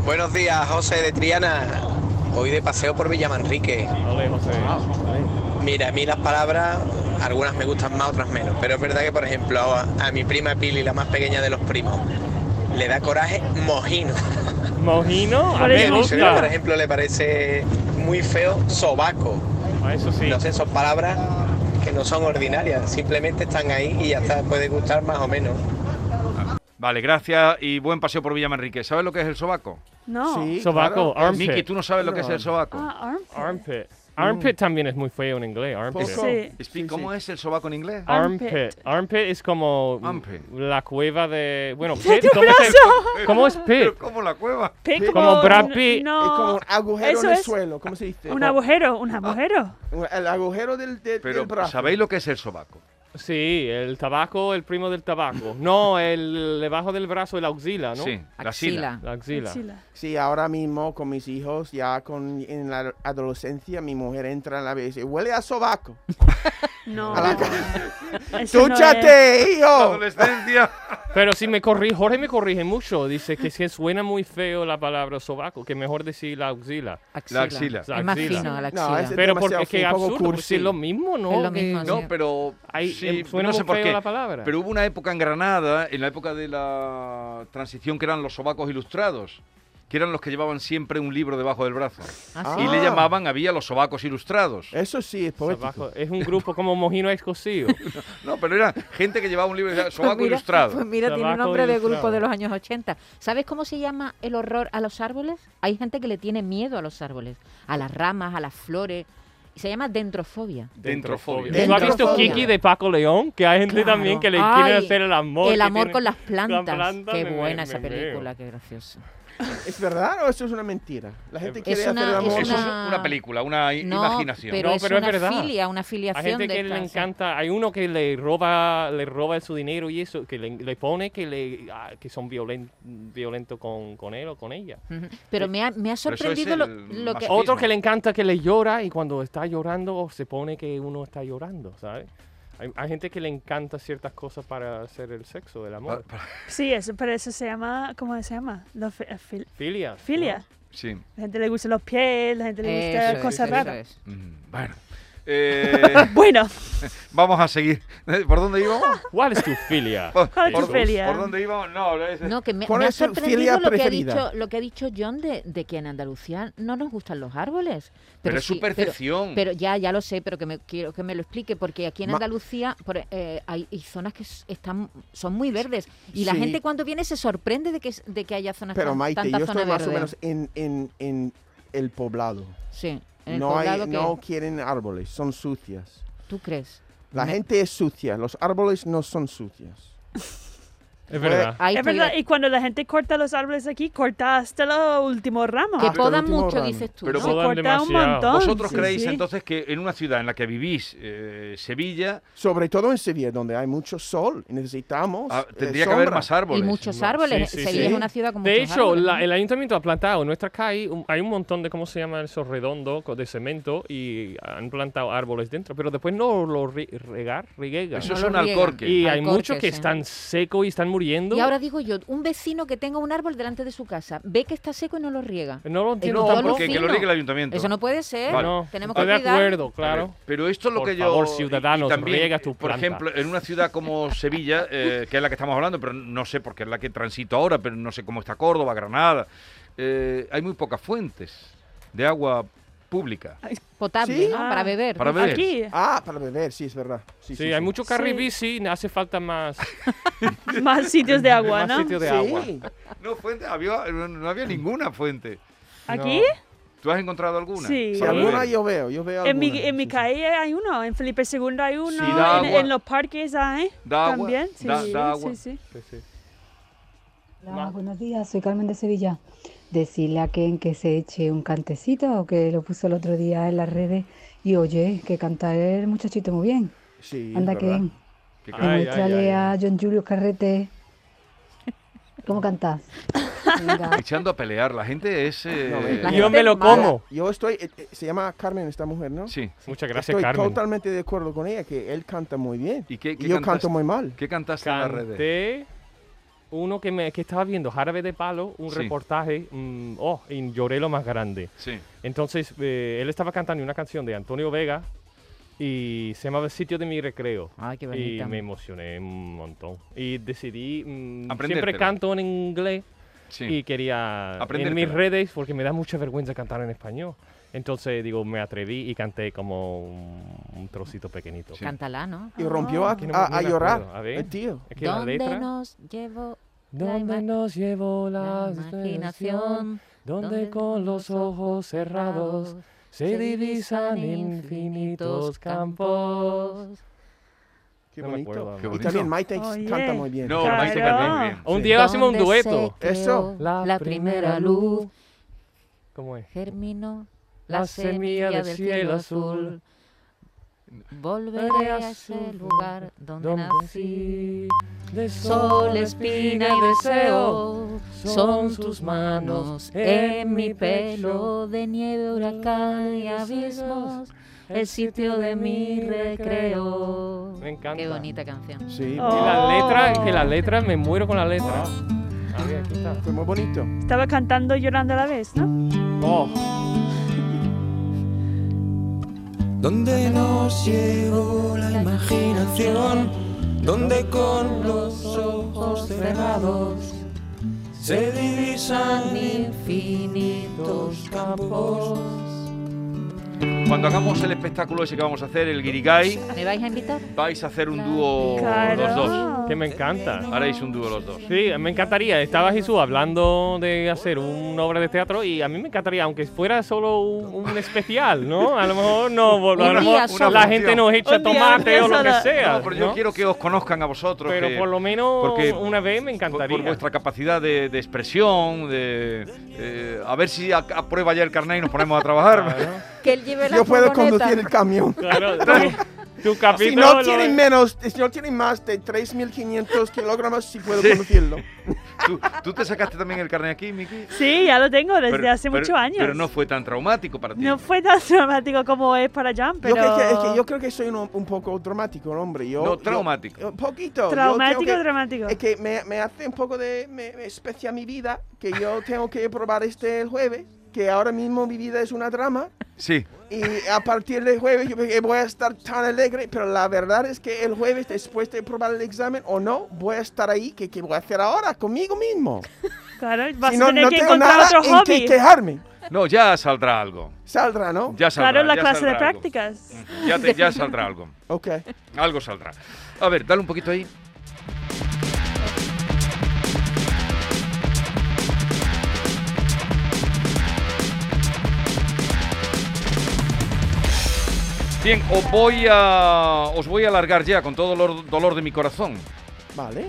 Speaker 9: Buenos días, José de Triana. Hoy de paseo por Villamanrique.
Speaker 6: Ole, José.
Speaker 9: Mira, a mí las palabras, algunas me gustan más, otras menos. Pero es verdad que, por ejemplo, a, a mi prima Pili, la más pequeña de los primos, le da coraje mojino.
Speaker 6: Mojino, a
Speaker 4: Por
Speaker 6: mí me
Speaker 4: eso-
Speaker 9: Mi sobrino, por
Speaker 6: gusta.
Speaker 9: ejemplo, le parece muy feo sobaco.
Speaker 6: Ah, Eso sí.
Speaker 9: No sé, son palabras que no son ordinarias, simplemente están ahí y ya está, puede gustar más o menos.
Speaker 3: Vale, gracias y buen paseo por Villamanrique. ¿Sabes lo que es el sobaco?
Speaker 4: No.
Speaker 5: Sí,
Speaker 6: Sobaco,
Speaker 5: claro.
Speaker 6: armpit.
Speaker 3: Miki, tú no sabes lo que es el
Speaker 5: No.
Speaker 3: sobaco.
Speaker 4: Ah, armpit.
Speaker 6: Armpit. Armpit también es muy feo en inglés. Armpit.
Speaker 5: Poco.
Speaker 4: Sí.
Speaker 3: Speak, ¿Cómo es el sobaco en inglés?
Speaker 6: Ah,
Speaker 4: Armpit.
Speaker 6: Armpit. Armpit es como
Speaker 3: Armpit.
Speaker 6: la cueva de... Bueno, pit, ¿cómo, se- ¿cómo es pit?
Speaker 3: Pero ¿Cómo la cueva?
Speaker 4: Pick
Speaker 6: Como
Speaker 4: un-
Speaker 6: Brad Pitt.
Speaker 4: No,
Speaker 5: Es como un agujero
Speaker 4: eso
Speaker 5: en el
Speaker 4: es
Speaker 5: suelo, ¿cómo se dice?
Speaker 4: Un agujero, un agujero.
Speaker 5: El agujero del, del- del
Speaker 3: Pero
Speaker 5: brazo.
Speaker 3: ¿sabéis lo que es el sobaco?
Speaker 6: Sí, el tabaco, el primo del tabaco. No, el debajo del brazo, el auxila, Ah, ¿no?
Speaker 3: Sí, la
Speaker 8: Axila.
Speaker 3: sila.
Speaker 6: La axila.
Speaker 4: Axila.
Speaker 5: Sí, ahora mismo con mis hijos, ya con, en la adolescencia, mi mujer entra en la vez y dice, huele a sobaco.
Speaker 4: No.
Speaker 8: Ah.
Speaker 5: A la
Speaker 4: Eso no es.
Speaker 5: ¡Túchate, hijo!
Speaker 3: Adolescencia.
Speaker 6: Pero si me corrige, Jorge me corrige mucho. Dice que si suena muy feo la palabra sobaco, que mejor decir la auxila.
Speaker 3: La axila.
Speaker 8: Es más
Speaker 6: Axila.
Speaker 8: fino, la axila.
Speaker 5: No, ese-
Speaker 6: Pero
Speaker 5: demasiado
Speaker 6: porque es que
Speaker 5: feo, un poco
Speaker 6: absurdo, porque
Speaker 5: cursi.
Speaker 6: es lo mismo, ¿no?
Speaker 8: Es lo mismo,
Speaker 6: Que-
Speaker 8: sí.
Speaker 3: No, pero
Speaker 6: Ahí,
Speaker 3: sí,
Speaker 6: em, suena
Speaker 3: no sé
Speaker 6: muy
Speaker 3: por
Speaker 6: feo
Speaker 3: qué.
Speaker 6: la palabra.
Speaker 3: Pero hubo una época en Granada, en la época de la transición, que eran los sobacos ilustrados, que eran los que llevaban siempre un libro debajo del brazo.
Speaker 8: Ah,
Speaker 5: sí.
Speaker 3: Y le
Speaker 5: Ah.
Speaker 3: llamaban, había los sobacos ilustrados.
Speaker 5: Eso sí es poético.
Speaker 6: Sobaco. Es un grupo como Mojino Escocío.
Speaker 3: No, pero era gente que llevaba un libro de
Speaker 8: Pues
Speaker 3: sobaco
Speaker 8: mira,
Speaker 3: ilustrado.
Speaker 8: Pues mira, tiene
Speaker 6: Tabaco
Speaker 8: nombre de
Speaker 6: ilustrado.
Speaker 8: grupo de los años 80. ¿Sabes cómo se llama el horror a los árboles? Hay gente que le tiene miedo a los árboles, a las ramas, a las flores. Y se llama dentrofobia.
Speaker 3: Dentrofobia.
Speaker 6: ¿Tú has visto
Speaker 8: Dentrofobia.
Speaker 6: Kiki de Paco León? Que hay gente
Speaker 8: Claro.
Speaker 6: también que le
Speaker 8: Ay,
Speaker 6: quiere hacer el amor.
Speaker 8: el
Speaker 6: que
Speaker 8: amor
Speaker 6: tiene-
Speaker 8: con las plantas.
Speaker 6: planta,
Speaker 8: qué
Speaker 6: me-
Speaker 8: buena
Speaker 6: me-
Speaker 8: esa
Speaker 6: me
Speaker 8: película,
Speaker 6: veo.
Speaker 8: qué graciosa.
Speaker 5: ¿Es verdad o eso es una mentira? La gente
Speaker 6: Es
Speaker 5: quiere hacer
Speaker 8: una-
Speaker 5: el
Speaker 8: pues, es
Speaker 5: amor.
Speaker 3: Eso es
Speaker 8: una-
Speaker 3: una película, una i-
Speaker 8: No,
Speaker 3: imaginación.
Speaker 8: pero
Speaker 6: No,
Speaker 8: es
Speaker 6: pero es
Speaker 8: una
Speaker 6: verdad.
Speaker 8: filia, una
Speaker 6: Hay
Speaker 8: filiación
Speaker 6: gente
Speaker 8: de
Speaker 6: que le
Speaker 8: esta, sí.
Speaker 6: encanta, hay uno que le roba, le roba su dinero y eso, que le, le pone que le ah, que son violen- violentos con, con él o con ella.
Speaker 8: Ujú. Pero me ha, me ha
Speaker 3: eso es
Speaker 8: sorprendido lo,
Speaker 3: el
Speaker 8: lo que...
Speaker 3: masoquismo.
Speaker 6: Otro que le encanta que le llora y cuando está llorando se pone que uno está llorando, ¿sabes? Hay, hay gente que le encanta ciertas cosas para hacer el sexo, el
Speaker 3: Pa-
Speaker 6: amor.
Speaker 3: pa-
Speaker 4: Sí, eso, pero eso se llama, ¿cómo se llama? Lo fi- eh, fil-
Speaker 6: Filia. ¿no?
Speaker 4: filia.
Speaker 3: Sí.
Speaker 4: La gente le gusta los pies, la gente le gusta
Speaker 8: Eso es,
Speaker 4: cosas
Speaker 8: eso
Speaker 4: raras.
Speaker 8: es.
Speaker 3: Mm, Bueno. Eh,
Speaker 4: Bueno,
Speaker 3: vamos a seguir. ¿Por dónde íbamos?
Speaker 6: ¿Cuál es tu filia?
Speaker 3: ¿Por,
Speaker 4: ¿Cuál es tu
Speaker 3: por-
Speaker 4: filia?
Speaker 3: por dónde íbamos? No, es-
Speaker 8: No, que me,
Speaker 5: ¿Cuál
Speaker 8: me ha
Speaker 5: es su filia
Speaker 8: sorprendido lo que ha,
Speaker 5: preferida?
Speaker 8: dicho, lo que ha dicho John de, de que en Andalucía no nos gustan los árboles. Pero,
Speaker 3: pero es su
Speaker 8: sí, pero-
Speaker 3: percepción.
Speaker 8: Pero ya, ya lo sé, pero que me quiero que me lo explique, porque aquí en
Speaker 5: Ma-
Speaker 8: Andalucía por, eh, hay, hay zonas que s- están, son muy verdes y la
Speaker 5: Sí.
Speaker 8: gente cuando viene se sorprende de que, s- de que haya zonas
Speaker 5: Pero
Speaker 8: tan-
Speaker 5: Maite,
Speaker 8: tanta
Speaker 5: yo
Speaker 8: zona
Speaker 5: estoy más
Speaker 8: verde.
Speaker 5: o menos en, en, en el poblado.
Speaker 8: Sí, en el
Speaker 5: No, hay,
Speaker 8: poblado que-
Speaker 5: no quieren árboles, son sucias.
Speaker 8: ¿Tú crees?
Speaker 5: La gente es sucia, los árboles no son sucios.
Speaker 6: Es verdad.
Speaker 8: Ahí
Speaker 4: es
Speaker 8: estoy
Speaker 4: verdad,
Speaker 8: de-
Speaker 4: y cuando la gente corta los árboles aquí, corta hasta el último ramo.
Speaker 8: que
Speaker 5: hasta el
Speaker 8: podan
Speaker 5: último
Speaker 8: mucho,
Speaker 5: ramo.
Speaker 8: dices tú.
Speaker 6: Pero
Speaker 8: ¿no?
Speaker 4: Se
Speaker 6: podan
Speaker 4: corta un
Speaker 6: demasiado.
Speaker 4: montón.
Speaker 3: ¿Vosotros
Speaker 4: sí,
Speaker 3: creéis
Speaker 4: sí.
Speaker 3: entonces que en una ciudad en la que vivís, eh, Sevilla,
Speaker 5: Sobre todo en Sevilla, donde hay mucho sol, y necesitamos.
Speaker 3: ah,
Speaker 5: eh,
Speaker 3: tendría que haber
Speaker 5: sombra.
Speaker 3: más árboles?
Speaker 8: y muchos
Speaker 6: No,
Speaker 8: árboles.
Speaker 6: sí, sí,
Speaker 8: Sevilla
Speaker 5: sí.
Speaker 8: es una ciudad con
Speaker 6: De
Speaker 8: muchos
Speaker 6: hecho,
Speaker 8: árboles,
Speaker 6: la-
Speaker 8: ¿no?
Speaker 6: el ayuntamiento ha plantado en nuestra calle, un- hay un montón de, ¿cómo se llama? Esos redondos co- de cemento y han plantado árboles dentro, pero después no lo re- regar, riegan.
Speaker 3: Eso
Speaker 8: No
Speaker 3: es
Speaker 8: lo
Speaker 3: un
Speaker 8: riegan.
Speaker 3: alcorque.
Speaker 6: Y hay
Speaker 8: Alcorques,
Speaker 6: muchos que
Speaker 8: ¿eh?
Speaker 6: están secos y están muriendo.
Speaker 8: Y ahora digo yo, un vecino que tenga un árbol delante de su casa, ve que está seco y no lo riega.
Speaker 6: No lo entiendo
Speaker 8: No,
Speaker 6: tampoco.
Speaker 3: porque que lo
Speaker 8: Lucino.
Speaker 3: diga el ayuntamiento.
Speaker 8: Eso no puede ser.
Speaker 3: Vale.
Speaker 6: No,
Speaker 8: Tenemos que
Speaker 6: estoy de
Speaker 8: cuidar.
Speaker 6: acuerdo,
Speaker 3: A ver,
Speaker 6: claro.
Speaker 3: Pero esto es lo
Speaker 6: Por
Speaker 3: que yo.
Speaker 6: favor,
Speaker 3: y- y
Speaker 6: ciudadanos, riega tu
Speaker 3: Por
Speaker 6: planta.
Speaker 3: ejemplo, en una ciudad como Sevilla, eh, que es la que estamos hablando, pero no sé porque es la que transito ahora, pero no sé cómo está Córdoba, Granada. eh, hay muy pocas fuentes de agua pública.
Speaker 8: Potable,
Speaker 5: Sí.
Speaker 8: ¿no?
Speaker 4: Ah.
Speaker 8: Para beber.
Speaker 3: Para beber.
Speaker 4: Aquí,
Speaker 5: Ah, para beber, sí, es verdad. Sí,
Speaker 6: Sí,
Speaker 5: sí,
Speaker 6: hay
Speaker 5: sí.
Speaker 6: mucho carril bici, hace falta más,
Speaker 4: más sitios de agua,
Speaker 6: más
Speaker 4: ¿no?
Speaker 6: sitio de
Speaker 5: Sí.
Speaker 6: agua.
Speaker 3: No, fuente, había, no, no había ninguna fuente.
Speaker 4: ¿Aquí?
Speaker 3: ¿Tú has encontrado alguna?
Speaker 4: Sí.
Speaker 5: Sí,
Speaker 3: Para beber.
Speaker 5: alguna yo veo, yo veo
Speaker 4: En mi,
Speaker 5: alguna,
Speaker 4: en mi
Speaker 5: sí, sí.
Speaker 4: calle hay uno, en Felipe II hay uno,
Speaker 3: Sí, da
Speaker 4: en,
Speaker 3: agua.
Speaker 4: en los parques hay
Speaker 3: Da agua,
Speaker 4: también. Sí,
Speaker 3: da- da agua.
Speaker 4: sí, sí.
Speaker 6: Sí, sí.
Speaker 10: Hola, buenos días, soy Carmen de Sevilla. Decirle a Ken que se eche un cantecito, que lo puso el otro día en las redes. Y oye, que cantar el muchachito muy bien.
Speaker 5: Sí, es
Speaker 10: Anda,
Speaker 5: verdad.
Speaker 10: Ken,
Speaker 3: Que
Speaker 6: Ay, ay,
Speaker 10: demuéstrale
Speaker 6: ay.
Speaker 10: a John Julius Carrete cómo cantas. Venga.
Speaker 3: Echando a pelear. La gente es. eh,
Speaker 5: No, venga.
Speaker 8: La
Speaker 6: Yo
Speaker 8: gente
Speaker 6: me lo
Speaker 8: mala.
Speaker 6: como.
Speaker 5: Yo estoy. eh, eh, se llama Carmen esta mujer, ¿no?
Speaker 3: Sí.
Speaker 6: Muchas gracias,
Speaker 5: estoy
Speaker 6: Carmen.
Speaker 5: totalmente de acuerdo con ella, que él canta muy bien.
Speaker 3: ¿Y qué- qué
Speaker 5: yo
Speaker 3: cantaste?
Speaker 5: canto muy mal.
Speaker 3: ¿Qué cantaste en las redes?
Speaker 6: Canté uno que, me, que estaba viendo, Jarabe de Palo, un
Speaker 3: Sí.
Speaker 6: reportaje, mm, oh, y lloré lo más grande.
Speaker 3: Sí.
Speaker 6: Entonces, eh, él estaba cantando una canción de Antonio Vega y se llamaba El sitio de mi recreo.
Speaker 8: Ay, qué
Speaker 6: Y
Speaker 8: bonita.
Speaker 6: me emocioné un montón. Y decidí, mm, siempre
Speaker 3: Aprendértela.
Speaker 6: canto en inglés
Speaker 3: Sí.
Speaker 6: y quería en mis
Speaker 3: Aprendértela.
Speaker 6: redes, porque me da mucha vergüenza cantar en español. Entonces, digo, me atreví y canté como un, un trocito pequeñito.
Speaker 3: Sí.
Speaker 8: Cántala, ¿no?
Speaker 6: Ah,
Speaker 5: Y rompió a,
Speaker 6: que no me-
Speaker 5: a-
Speaker 6: no
Speaker 5: a
Speaker 6: me
Speaker 5: llorar.
Speaker 6: acuerdo. A ver.
Speaker 5: el tío.
Speaker 6: Es que la
Speaker 8: ¿Dónde
Speaker 6: letra...
Speaker 8: nos llevó
Speaker 6: ¿Dónde
Speaker 8: ima-
Speaker 6: nos llevó la
Speaker 8: la
Speaker 6: imaginación?
Speaker 8: imaginación?
Speaker 6: Donde con los ojos cerrados se divisan infinitos campos.
Speaker 5: Qué
Speaker 6: No me
Speaker 5: bonito.
Speaker 6: acuerdo,
Speaker 5: y
Speaker 3: Qué bonito.
Speaker 5: también Maite
Speaker 4: Oye.
Speaker 5: canta muy bien.
Speaker 3: No,
Speaker 4: Claro.
Speaker 3: Maite canta muy bien.
Speaker 6: Un
Speaker 5: Sí.
Speaker 6: día hacemos un
Speaker 8: Donde se
Speaker 6: dueto.
Speaker 8: creó
Speaker 5: Eso.
Speaker 8: La, primera luz
Speaker 6: ¿Cómo es?
Speaker 8: germinó
Speaker 6: La
Speaker 8: la
Speaker 6: semilla
Speaker 8: semilla
Speaker 6: del
Speaker 8: del cielo
Speaker 6: cielo
Speaker 8: azul. Volveré
Speaker 6: Volveré
Speaker 8: a
Speaker 6: azul,
Speaker 8: ese lugar donde
Speaker 6: Donde
Speaker 8: nací.
Speaker 6: de
Speaker 8: Sol, espina y deseo son tus manos en mi pelo de nieve, huracán y abismos, el sitio de mi recreo.
Speaker 6: Me encanta.
Speaker 8: Qué bonita canción.
Speaker 5: Sí,
Speaker 4: Oh.
Speaker 6: Y la letra, que la letra, me muero con la letra. Ah, A ver, aquí está.
Speaker 5: fue muy bonito.
Speaker 4: Estaba cantando y llorando a la vez, ¿no?
Speaker 6: Oh,
Speaker 11: Donde nos llevó la imaginación, donde con los ojos cerrados se divisan infinitos campos.
Speaker 3: Cuando hagamos el espectáculo ese que vamos a hacer, el guirigay,
Speaker 8: ¿Me vais a invitar?
Speaker 3: vais a hacer un dúo
Speaker 8: Claro.
Speaker 3: los dos.
Speaker 6: Que me encanta.
Speaker 3: Haréis un dúo los dos.
Speaker 6: Sí, me encantaría. Estaba Jesús hablando de hacer una obra de teatro y a mí me encantaría, aunque fuera solo un, un especial, ¿no? A lo mejor no, vol- a
Speaker 3: Un
Speaker 6: lo
Speaker 3: día
Speaker 6: mejor
Speaker 3: solo.
Speaker 6: la gente nos echa
Speaker 3: Un día
Speaker 6: tomate o lo que
Speaker 3: solo.
Speaker 6: sea.
Speaker 3: No, pero yo quiero que os conozcan a vosotros.
Speaker 6: Pero
Speaker 3: que-
Speaker 6: por lo menos
Speaker 3: porque
Speaker 6: una vez me encantaría.
Speaker 3: Por vuestra capacidad de, de expresión, de eh, a ver si a- aprueba ya el carnet y nos ponemos a trabajar.
Speaker 8: Que él lleve la
Speaker 5: Yo puedo
Speaker 8: furgoneta.
Speaker 5: conducir el camión.
Speaker 6: Claro, tu
Speaker 5: Si
Speaker 6: capítulo.
Speaker 5: no
Speaker 6: lo-
Speaker 3: eh.
Speaker 5: tienen menos, eh, si no tienen más de 3.500 kilogramos, sí puedo conducirlo.
Speaker 3: ¿Tú, tú te sacaste también el carnet aquí, Miki?
Speaker 4: Sí, ya lo tengo desde
Speaker 3: Pero-
Speaker 4: hace
Speaker 3: pero-
Speaker 4: muchos años.
Speaker 3: Pero no fue tan traumático para ti.
Speaker 4: No fue tan dramático como es para Jan, pero...
Speaker 5: Yo, creo que, es que yo creo que soy un, un poco dramático, hombre. Yo,
Speaker 3: No,
Speaker 5: yo-
Speaker 3: traumático.
Speaker 5: un poquito. Yo
Speaker 4: Traumático,
Speaker 5: creo que-
Speaker 4: dramático.
Speaker 5: Es que me, me hace un poco de... Me, me especia mi vida, que yo tengo que probar este el jueves, que ahora mismo mi vida es una drama.
Speaker 3: Sí.
Speaker 5: Y a partir del jueves yo creo que voy a estar tan alegre, pero la verdad es que el jueves, después de probar el examen o no, voy a estar ahí, que, que voy a hacer ahora conmigo mismo.
Speaker 4: Claro, vas
Speaker 5: Si
Speaker 4: a
Speaker 5: no,
Speaker 4: tener
Speaker 5: no
Speaker 4: que
Speaker 5: tengo
Speaker 4: encontrar
Speaker 5: nada
Speaker 4: otro
Speaker 5: en que
Speaker 4: hobby.
Speaker 5: quejarme.
Speaker 3: No, ya saldrá algo.
Speaker 5: Saldrá, ¿no?
Speaker 3: Ya saldrá.
Speaker 4: claro, la
Speaker 3: ya
Speaker 4: clase de
Speaker 3: saldrá algo.
Speaker 4: prácticas.
Speaker 3: Ya, te- ya saldrá algo.
Speaker 5: Ok.
Speaker 3: Algo saldrá. A ver, dale un poquito ahí. Bien, os voy a os voy a alargar ya con todo dolor, dolor de mi corazón.
Speaker 5: Vale.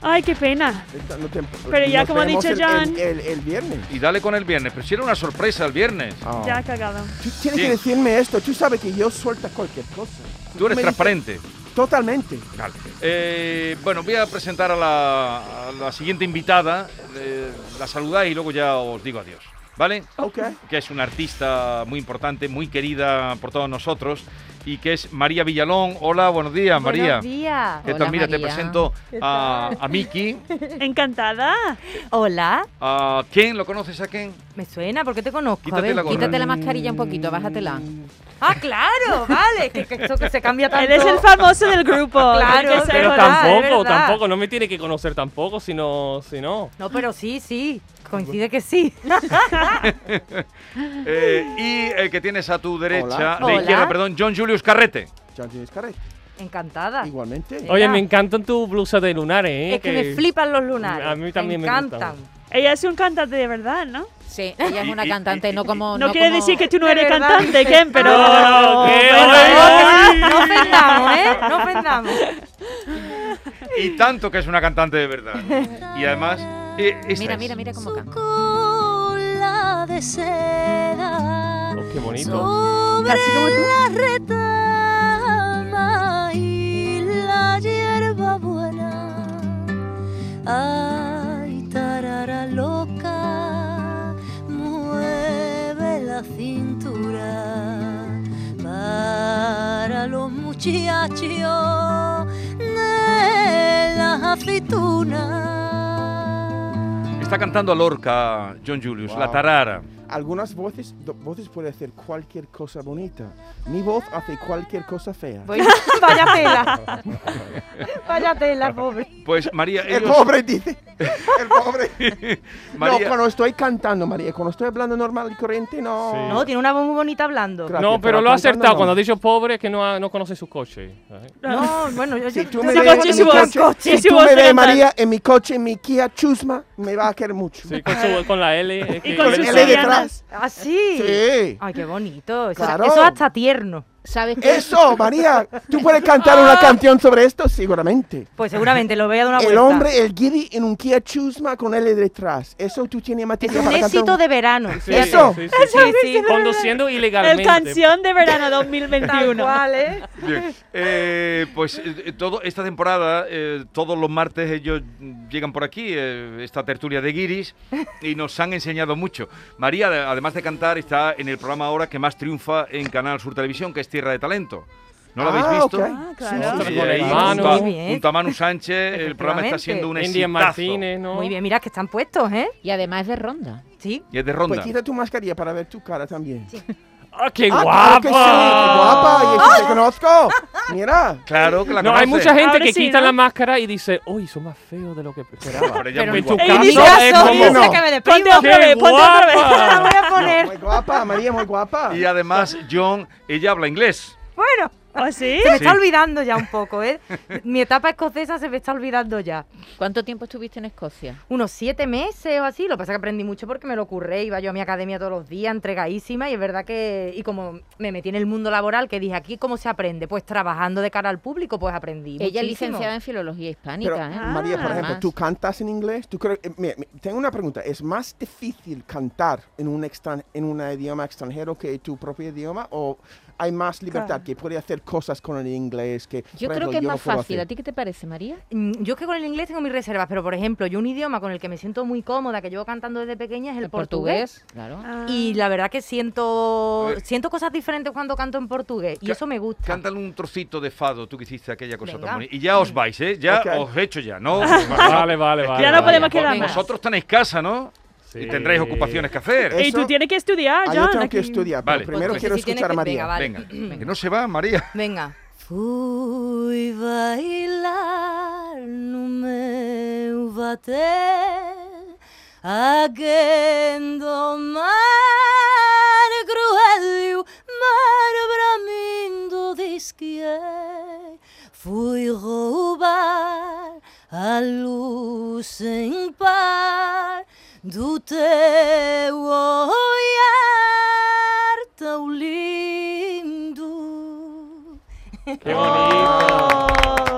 Speaker 4: Ay, qué pena.
Speaker 5: Esta- no te-
Speaker 4: Pero ya
Speaker 5: nos
Speaker 4: como ha
Speaker 5: vemos
Speaker 4: dicho
Speaker 5: el-
Speaker 4: Jan-
Speaker 5: El, el- el viernes.
Speaker 3: Y dale con el viernes, pero si era una sorpresa el viernes.
Speaker 5: Ah.
Speaker 4: Ya cagado.
Speaker 5: Tú tienes
Speaker 3: Bien.
Speaker 5: que decirme esto. Tú sabes que yo suelta cualquier cosa.
Speaker 3: Tú eres
Speaker 5: me dices-
Speaker 3: transparente.
Speaker 5: Totalmente.
Speaker 3: Vale. Eh, bueno, voy a presentar a la, a la siguiente invitada. eh, la saludáis y luego ya os digo adiós. ¿Vale?
Speaker 4: Oh.
Speaker 5: Ok.
Speaker 3: que es una artista muy importante, muy querida por todos nosotros, y que es María Villalón. Hola, buenos días, María.
Speaker 8: Buenos días.
Speaker 3: ¿Qué tal?
Speaker 8: Hola,
Speaker 3: Mira, te
Speaker 8: María.
Speaker 3: presento a, a Miki,
Speaker 4: Encantada.
Speaker 8: Hola.
Speaker 3: a Ken, ¿lo conoces a Ken?
Speaker 8: Me suena, ¿por qué te conozco?
Speaker 3: Quítate
Speaker 8: a ver,
Speaker 3: la gorra.
Speaker 8: quítate la mascarilla un poquito, bájatela. Ah, claro, vale, que, que esto que se cambia tanto.
Speaker 4: Él es el famoso del grupo.
Speaker 8: Claro,
Speaker 4: tiene que ser
Speaker 6: Pero
Speaker 8: es
Speaker 4: honesto.
Speaker 8: verdad, es
Speaker 6: tampoco,
Speaker 8: verdad.
Speaker 6: tampoco. No me tiene que conocer tampoco, si no. Si no.
Speaker 8: No, pero sí, sí, coincide que sí.
Speaker 3: Eh, y el que tienes a tu derecha, de
Speaker 8: Hola.
Speaker 3: izquierda, perdón, John Julius Carrete.
Speaker 5: Jan James Carrey.
Speaker 4: Ah.
Speaker 8: Encantada.
Speaker 5: Igualmente.
Speaker 4: Oh.
Speaker 6: Oye, me encantan tus blusas de lunares, ¿eh?
Speaker 8: Es que me flipan los lunares.
Speaker 6: A mí también me
Speaker 8: encantan.
Speaker 4: Ella es un cantante de verdad, ¿no?
Speaker 8: Sí, ella es una cantante, no como.
Speaker 4: No, quiere decir que tú no
Speaker 8: De
Speaker 4: eres
Speaker 8: verdad,
Speaker 4: cantante,
Speaker 8: sí.
Speaker 4: Ken, pero...
Speaker 6: No, que
Speaker 4: pero-
Speaker 6: hoy-
Speaker 8: No ofendamos, ¿eh? No ofendamos.
Speaker 3: Y tanto que es una cantante de verdad. Y además, eh, esta
Speaker 8: Mira,
Speaker 3: es.
Speaker 8: mira, mira cómo canta.
Speaker 2: Cola de seda
Speaker 6: Oh, qué bonito.
Speaker 2: sobre la retama y la hierba buena. Ay, tarara loca, mueve la cintura para los muchachos de la aceituna.
Speaker 3: Está cantando a Lorca, John Julius,
Speaker 5: Wow.
Speaker 3: la tarara.
Speaker 5: Algunas voces, do- voces puede hacer cualquier cosa bonita. Mi voz hace cualquier cosa fea.
Speaker 8: Voy- Vaya tela. Vaya tela, pobre.
Speaker 3: Pues María,
Speaker 5: El
Speaker 3: ellos-
Speaker 5: pobre dice. El pobre. No,
Speaker 3: María,
Speaker 5: cuando estoy cantando, María, cuando estoy hablando normal y corriente, no.
Speaker 6: Sí.
Speaker 8: No, tiene una voz muy bonita hablando.
Speaker 5: Claro.
Speaker 6: No, pero
Speaker 5: pero
Speaker 6: lo ha
Speaker 5: cantando
Speaker 6: acertado.
Speaker 5: no.
Speaker 6: Cuando ha dicho pobre, es que no, ha- no conoce sus coches. ¿sabes?
Speaker 8: No, bueno, yo
Speaker 5: Si
Speaker 8: yo-
Speaker 5: tú
Speaker 8: yo
Speaker 5: me
Speaker 8: tengo
Speaker 5: ves
Speaker 8: que
Speaker 5: en
Speaker 4: su
Speaker 5: mi
Speaker 4: voz,
Speaker 8: llevar
Speaker 5: coche,
Speaker 4: coche,
Speaker 5: si
Speaker 4: su
Speaker 5: tú
Speaker 4: voz
Speaker 5: me ves,
Speaker 4: oriental.
Speaker 5: María, en mi coche, en mi Kia Chusma, me va a querer mucho.
Speaker 6: Sí, con, su- con la L. es
Speaker 4: Y
Speaker 6: que-
Speaker 4: con
Speaker 5: Con
Speaker 4: sus
Speaker 5: L
Speaker 4: sorianas.
Speaker 5: detrás.
Speaker 8: Ah, sí.
Speaker 5: Sí.
Speaker 8: Ay, qué bonito. Eso,
Speaker 5: Claro.
Speaker 8: eso hasta tierno.
Speaker 1: ¿Sabes qué?
Speaker 5: Eso, María. ¿Tú puedes cantar una canción sobre esto? Seguramente.
Speaker 8: Pues seguramente lo voy a dar una
Speaker 5: El
Speaker 8: vuelta.
Speaker 5: hombre, el Giddy en un Kia Chusma con L detrás. Eso tú tienes
Speaker 8: es
Speaker 5: materia
Speaker 8: un
Speaker 5: para
Speaker 8: éxito
Speaker 5: cantar.
Speaker 8: de verano.
Speaker 6: Sí,
Speaker 5: Eso.
Speaker 6: sí, sí, sí.
Speaker 8: Sí, sí.
Speaker 6: Conduciendo ilegalmente.
Speaker 4: El canción de verano
Speaker 8: Tal
Speaker 4: 2021.
Speaker 8: cual, ¿eh?
Speaker 3: Bien, eh, pues eh, todo, esta temporada, eh, todos los martes ellos mm, llegan por aquí, eh, esta tertulia de guiris, y nos han enseñado mucho. María, de- además de cantar, está en el programa ahora que más triunfa en Canal Sur Televisión, que es Tierra de Talento. ¿No lo
Speaker 5: Ah,
Speaker 3: habéis visto?
Speaker 5: ok.
Speaker 4: Ah, claro.
Speaker 5: Sí, sí,
Speaker 3: Sí,
Speaker 5: sí.
Speaker 6: Con
Speaker 3: ahí
Speaker 6: el Manu.
Speaker 3: junto a-
Speaker 8: Muy bien.
Speaker 3: junto a Manu Sánchez, el programa está
Speaker 8: Efectivamente.
Speaker 3: siendo un
Speaker 6: India
Speaker 3: exitazo.
Speaker 6: Martínez, ¿no?
Speaker 8: Muy bien, mira que están puestos, ¿eh?
Speaker 1: Y además de ronda.
Speaker 8: Sí.
Speaker 3: Y es de
Speaker 5: Pues
Speaker 3: ronda.
Speaker 5: quita tu mascarilla para ver tu cara también.
Speaker 6: ¡Ah, qué
Speaker 5: Ah,
Speaker 6: guapa!
Speaker 5: claro que sí, ¡Qué guapa! ¡Y que te conozco! Mira.
Speaker 3: Claro que la
Speaker 6: No, hay
Speaker 3: conoce.
Speaker 6: mucha gente
Speaker 4: Ahora
Speaker 6: que
Speaker 4: sí,
Speaker 6: quita
Speaker 4: ¿no?
Speaker 6: la máscara y dice, uy, son más feos de lo que esperaba.
Speaker 3: Pero ella es
Speaker 6: Pero
Speaker 3: muy
Speaker 6: en tu
Speaker 3: guapa.
Speaker 6: caso,
Speaker 4: En mi
Speaker 6: es
Speaker 4: caso,
Speaker 6: como,
Speaker 4: dice
Speaker 5: no.
Speaker 4: que me deprimo. Ponte
Speaker 6: ¡Qué
Speaker 4: otra vez, ponte otra vez.
Speaker 6: guapa!
Speaker 4: La voy a poner.
Speaker 5: Muy guapa, María, muy guapa.
Speaker 3: Y además, John, ella habla inglés.
Speaker 12: Bueno,
Speaker 4: ¿Ah, sí?
Speaker 12: se me
Speaker 3: Sí.
Speaker 12: está olvidando ya un poco, ¿eh? Mi etapa escocesa se me está olvidando ya.
Speaker 8: ¿Cuánto tiempo estuviste en Escocia?
Speaker 12: Unos siete meses o así. Lo que pasa es que aprendí mucho porque me lo curré. Iba yo a mi academia todos los días, entregadísima. Y es verdad que. Y como me metí en el mundo laboral, que dije, ¿aquí cómo se aprende? Pues trabajando de cara al público, pues aprendí.
Speaker 8: Ella es
Speaker 12: muchísimo.
Speaker 8: licenciada en Filología Hispánica,
Speaker 5: Pero,
Speaker 8: ¿eh?
Speaker 5: María, por
Speaker 8: Nada
Speaker 5: ejemplo,
Speaker 8: más.
Speaker 5: ¿tú cantas en inglés? ¿Tú creo- eh, mira, mi- tengo una pregunta. ¿Es más difícil cantar en un, extran- en un idioma extranjero que tu propio idioma? ¿O hay más libertad
Speaker 4: Claro.
Speaker 5: que puede hacer cosas con el inglés? que por
Speaker 8: Yo creo
Speaker 5: ejemplo,
Speaker 8: que es
Speaker 5: yo no
Speaker 8: más
Speaker 5: puedo
Speaker 8: fácil.
Speaker 5: hacer?
Speaker 8: ¿A ti qué te parece, María?
Speaker 12: Mm, Yo es que con el inglés tengo mis reservas, pero por ejemplo, yo un idioma con el que me siento muy cómoda, que llevo cantando desde pequeña, es el, portugués.
Speaker 8: Claro.
Speaker 4: Ah.
Speaker 12: Y la verdad que siento
Speaker 3: Eh.
Speaker 12: siento cosas diferentes cuando canto en portugués y
Speaker 3: Ca-
Speaker 12: eso me gusta.
Speaker 3: Cántale un trocito de fado, tú que hiciste aquella cosa
Speaker 12: Venga.
Speaker 3: tan bonita. Y ya os vais, ¿eh? Ya
Speaker 5: Ok.
Speaker 3: os he hecho ya, ¿no?
Speaker 6: Vale, vale, vale.
Speaker 4: Ya no
Speaker 6: vale.
Speaker 4: podemos
Speaker 3: Vos-
Speaker 4: quedar más.
Speaker 3: Vosotros tenéis casa, ¿no? Y
Speaker 6: Sí.
Speaker 3: tendréis ocupaciones que hacer.
Speaker 5: Eh,
Speaker 4: Y tú
Speaker 5: Eso-
Speaker 4: tienes que estudiar,
Speaker 5: Ah,
Speaker 4: John.
Speaker 5: yo tengo que
Speaker 4: aquí.
Speaker 5: estudiar,
Speaker 3: Vale,
Speaker 5: pero primero
Speaker 3: pues
Speaker 5: quiero
Speaker 12: sí, sí, tienes
Speaker 5: escuchar a
Speaker 12: que-
Speaker 5: María.
Speaker 12: venga, vale.
Speaker 3: Venga, que no se va, María.
Speaker 12: Venga.
Speaker 2: Fui bailar no meu bater Alguém do mar cruel Mar bramindo diz que é Fui roubar a luz sem par Do teu olhar tão lindo
Speaker 6: ¡Qué bonito!
Speaker 4: Oh,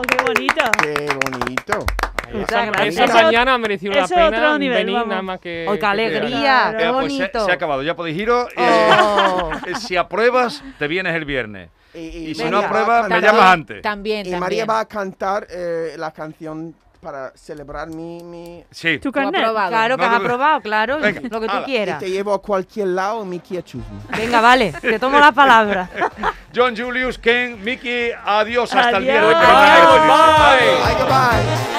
Speaker 4: qué bonito.
Speaker 5: Qué bonito.
Speaker 4: Muchas
Speaker 6: Esa,
Speaker 4: gracias.
Speaker 6: esa
Speaker 4: Eso-
Speaker 6: mañana ha merecido la
Speaker 4: eso
Speaker 6: pena
Speaker 4: otro nivel,
Speaker 6: venir
Speaker 4: vamos.
Speaker 6: nada más que...
Speaker 12: ¡Ay, qué
Speaker 6: que-
Speaker 12: alegría!
Speaker 4: Claro.
Speaker 12: ¡Qué
Speaker 3: Eh, pues se,
Speaker 12: bonito!
Speaker 3: se ha acabado, ya podéis iros. Eh,
Speaker 12: Oh.
Speaker 3: eh, si apruebas, te vienes el viernes.
Speaker 5: Y,
Speaker 3: Y si
Speaker 5: María
Speaker 3: no
Speaker 5: va a
Speaker 3: aprueba, me
Speaker 5: cantar-
Speaker 3: llamas antes.
Speaker 8: También,
Speaker 5: Y
Speaker 8: también.
Speaker 5: María va a cantar eh, la canción para celebrar mi... mi-
Speaker 3: Sí.
Speaker 4: Tu
Speaker 8: Tú has
Speaker 4: carnet.
Speaker 8: probado.
Speaker 12: Claro que
Speaker 3: No
Speaker 12: has
Speaker 3: te-
Speaker 12: aprobado, claro,
Speaker 3: Venga,
Speaker 12: lo que tú
Speaker 3: hala.
Speaker 5: Y
Speaker 12: quieras.
Speaker 5: te llevo a cualquier lado, mi Kia Chusma.
Speaker 12: Venga, vale, te tomo la palabra.
Speaker 3: John, Julius, Ken, Mickey, adiós hasta el
Speaker 4: Adiós.
Speaker 3: viernes. Que vengan a
Speaker 6: Bye,
Speaker 3: ver.
Speaker 6: bye.
Speaker 5: Ay, goodbye.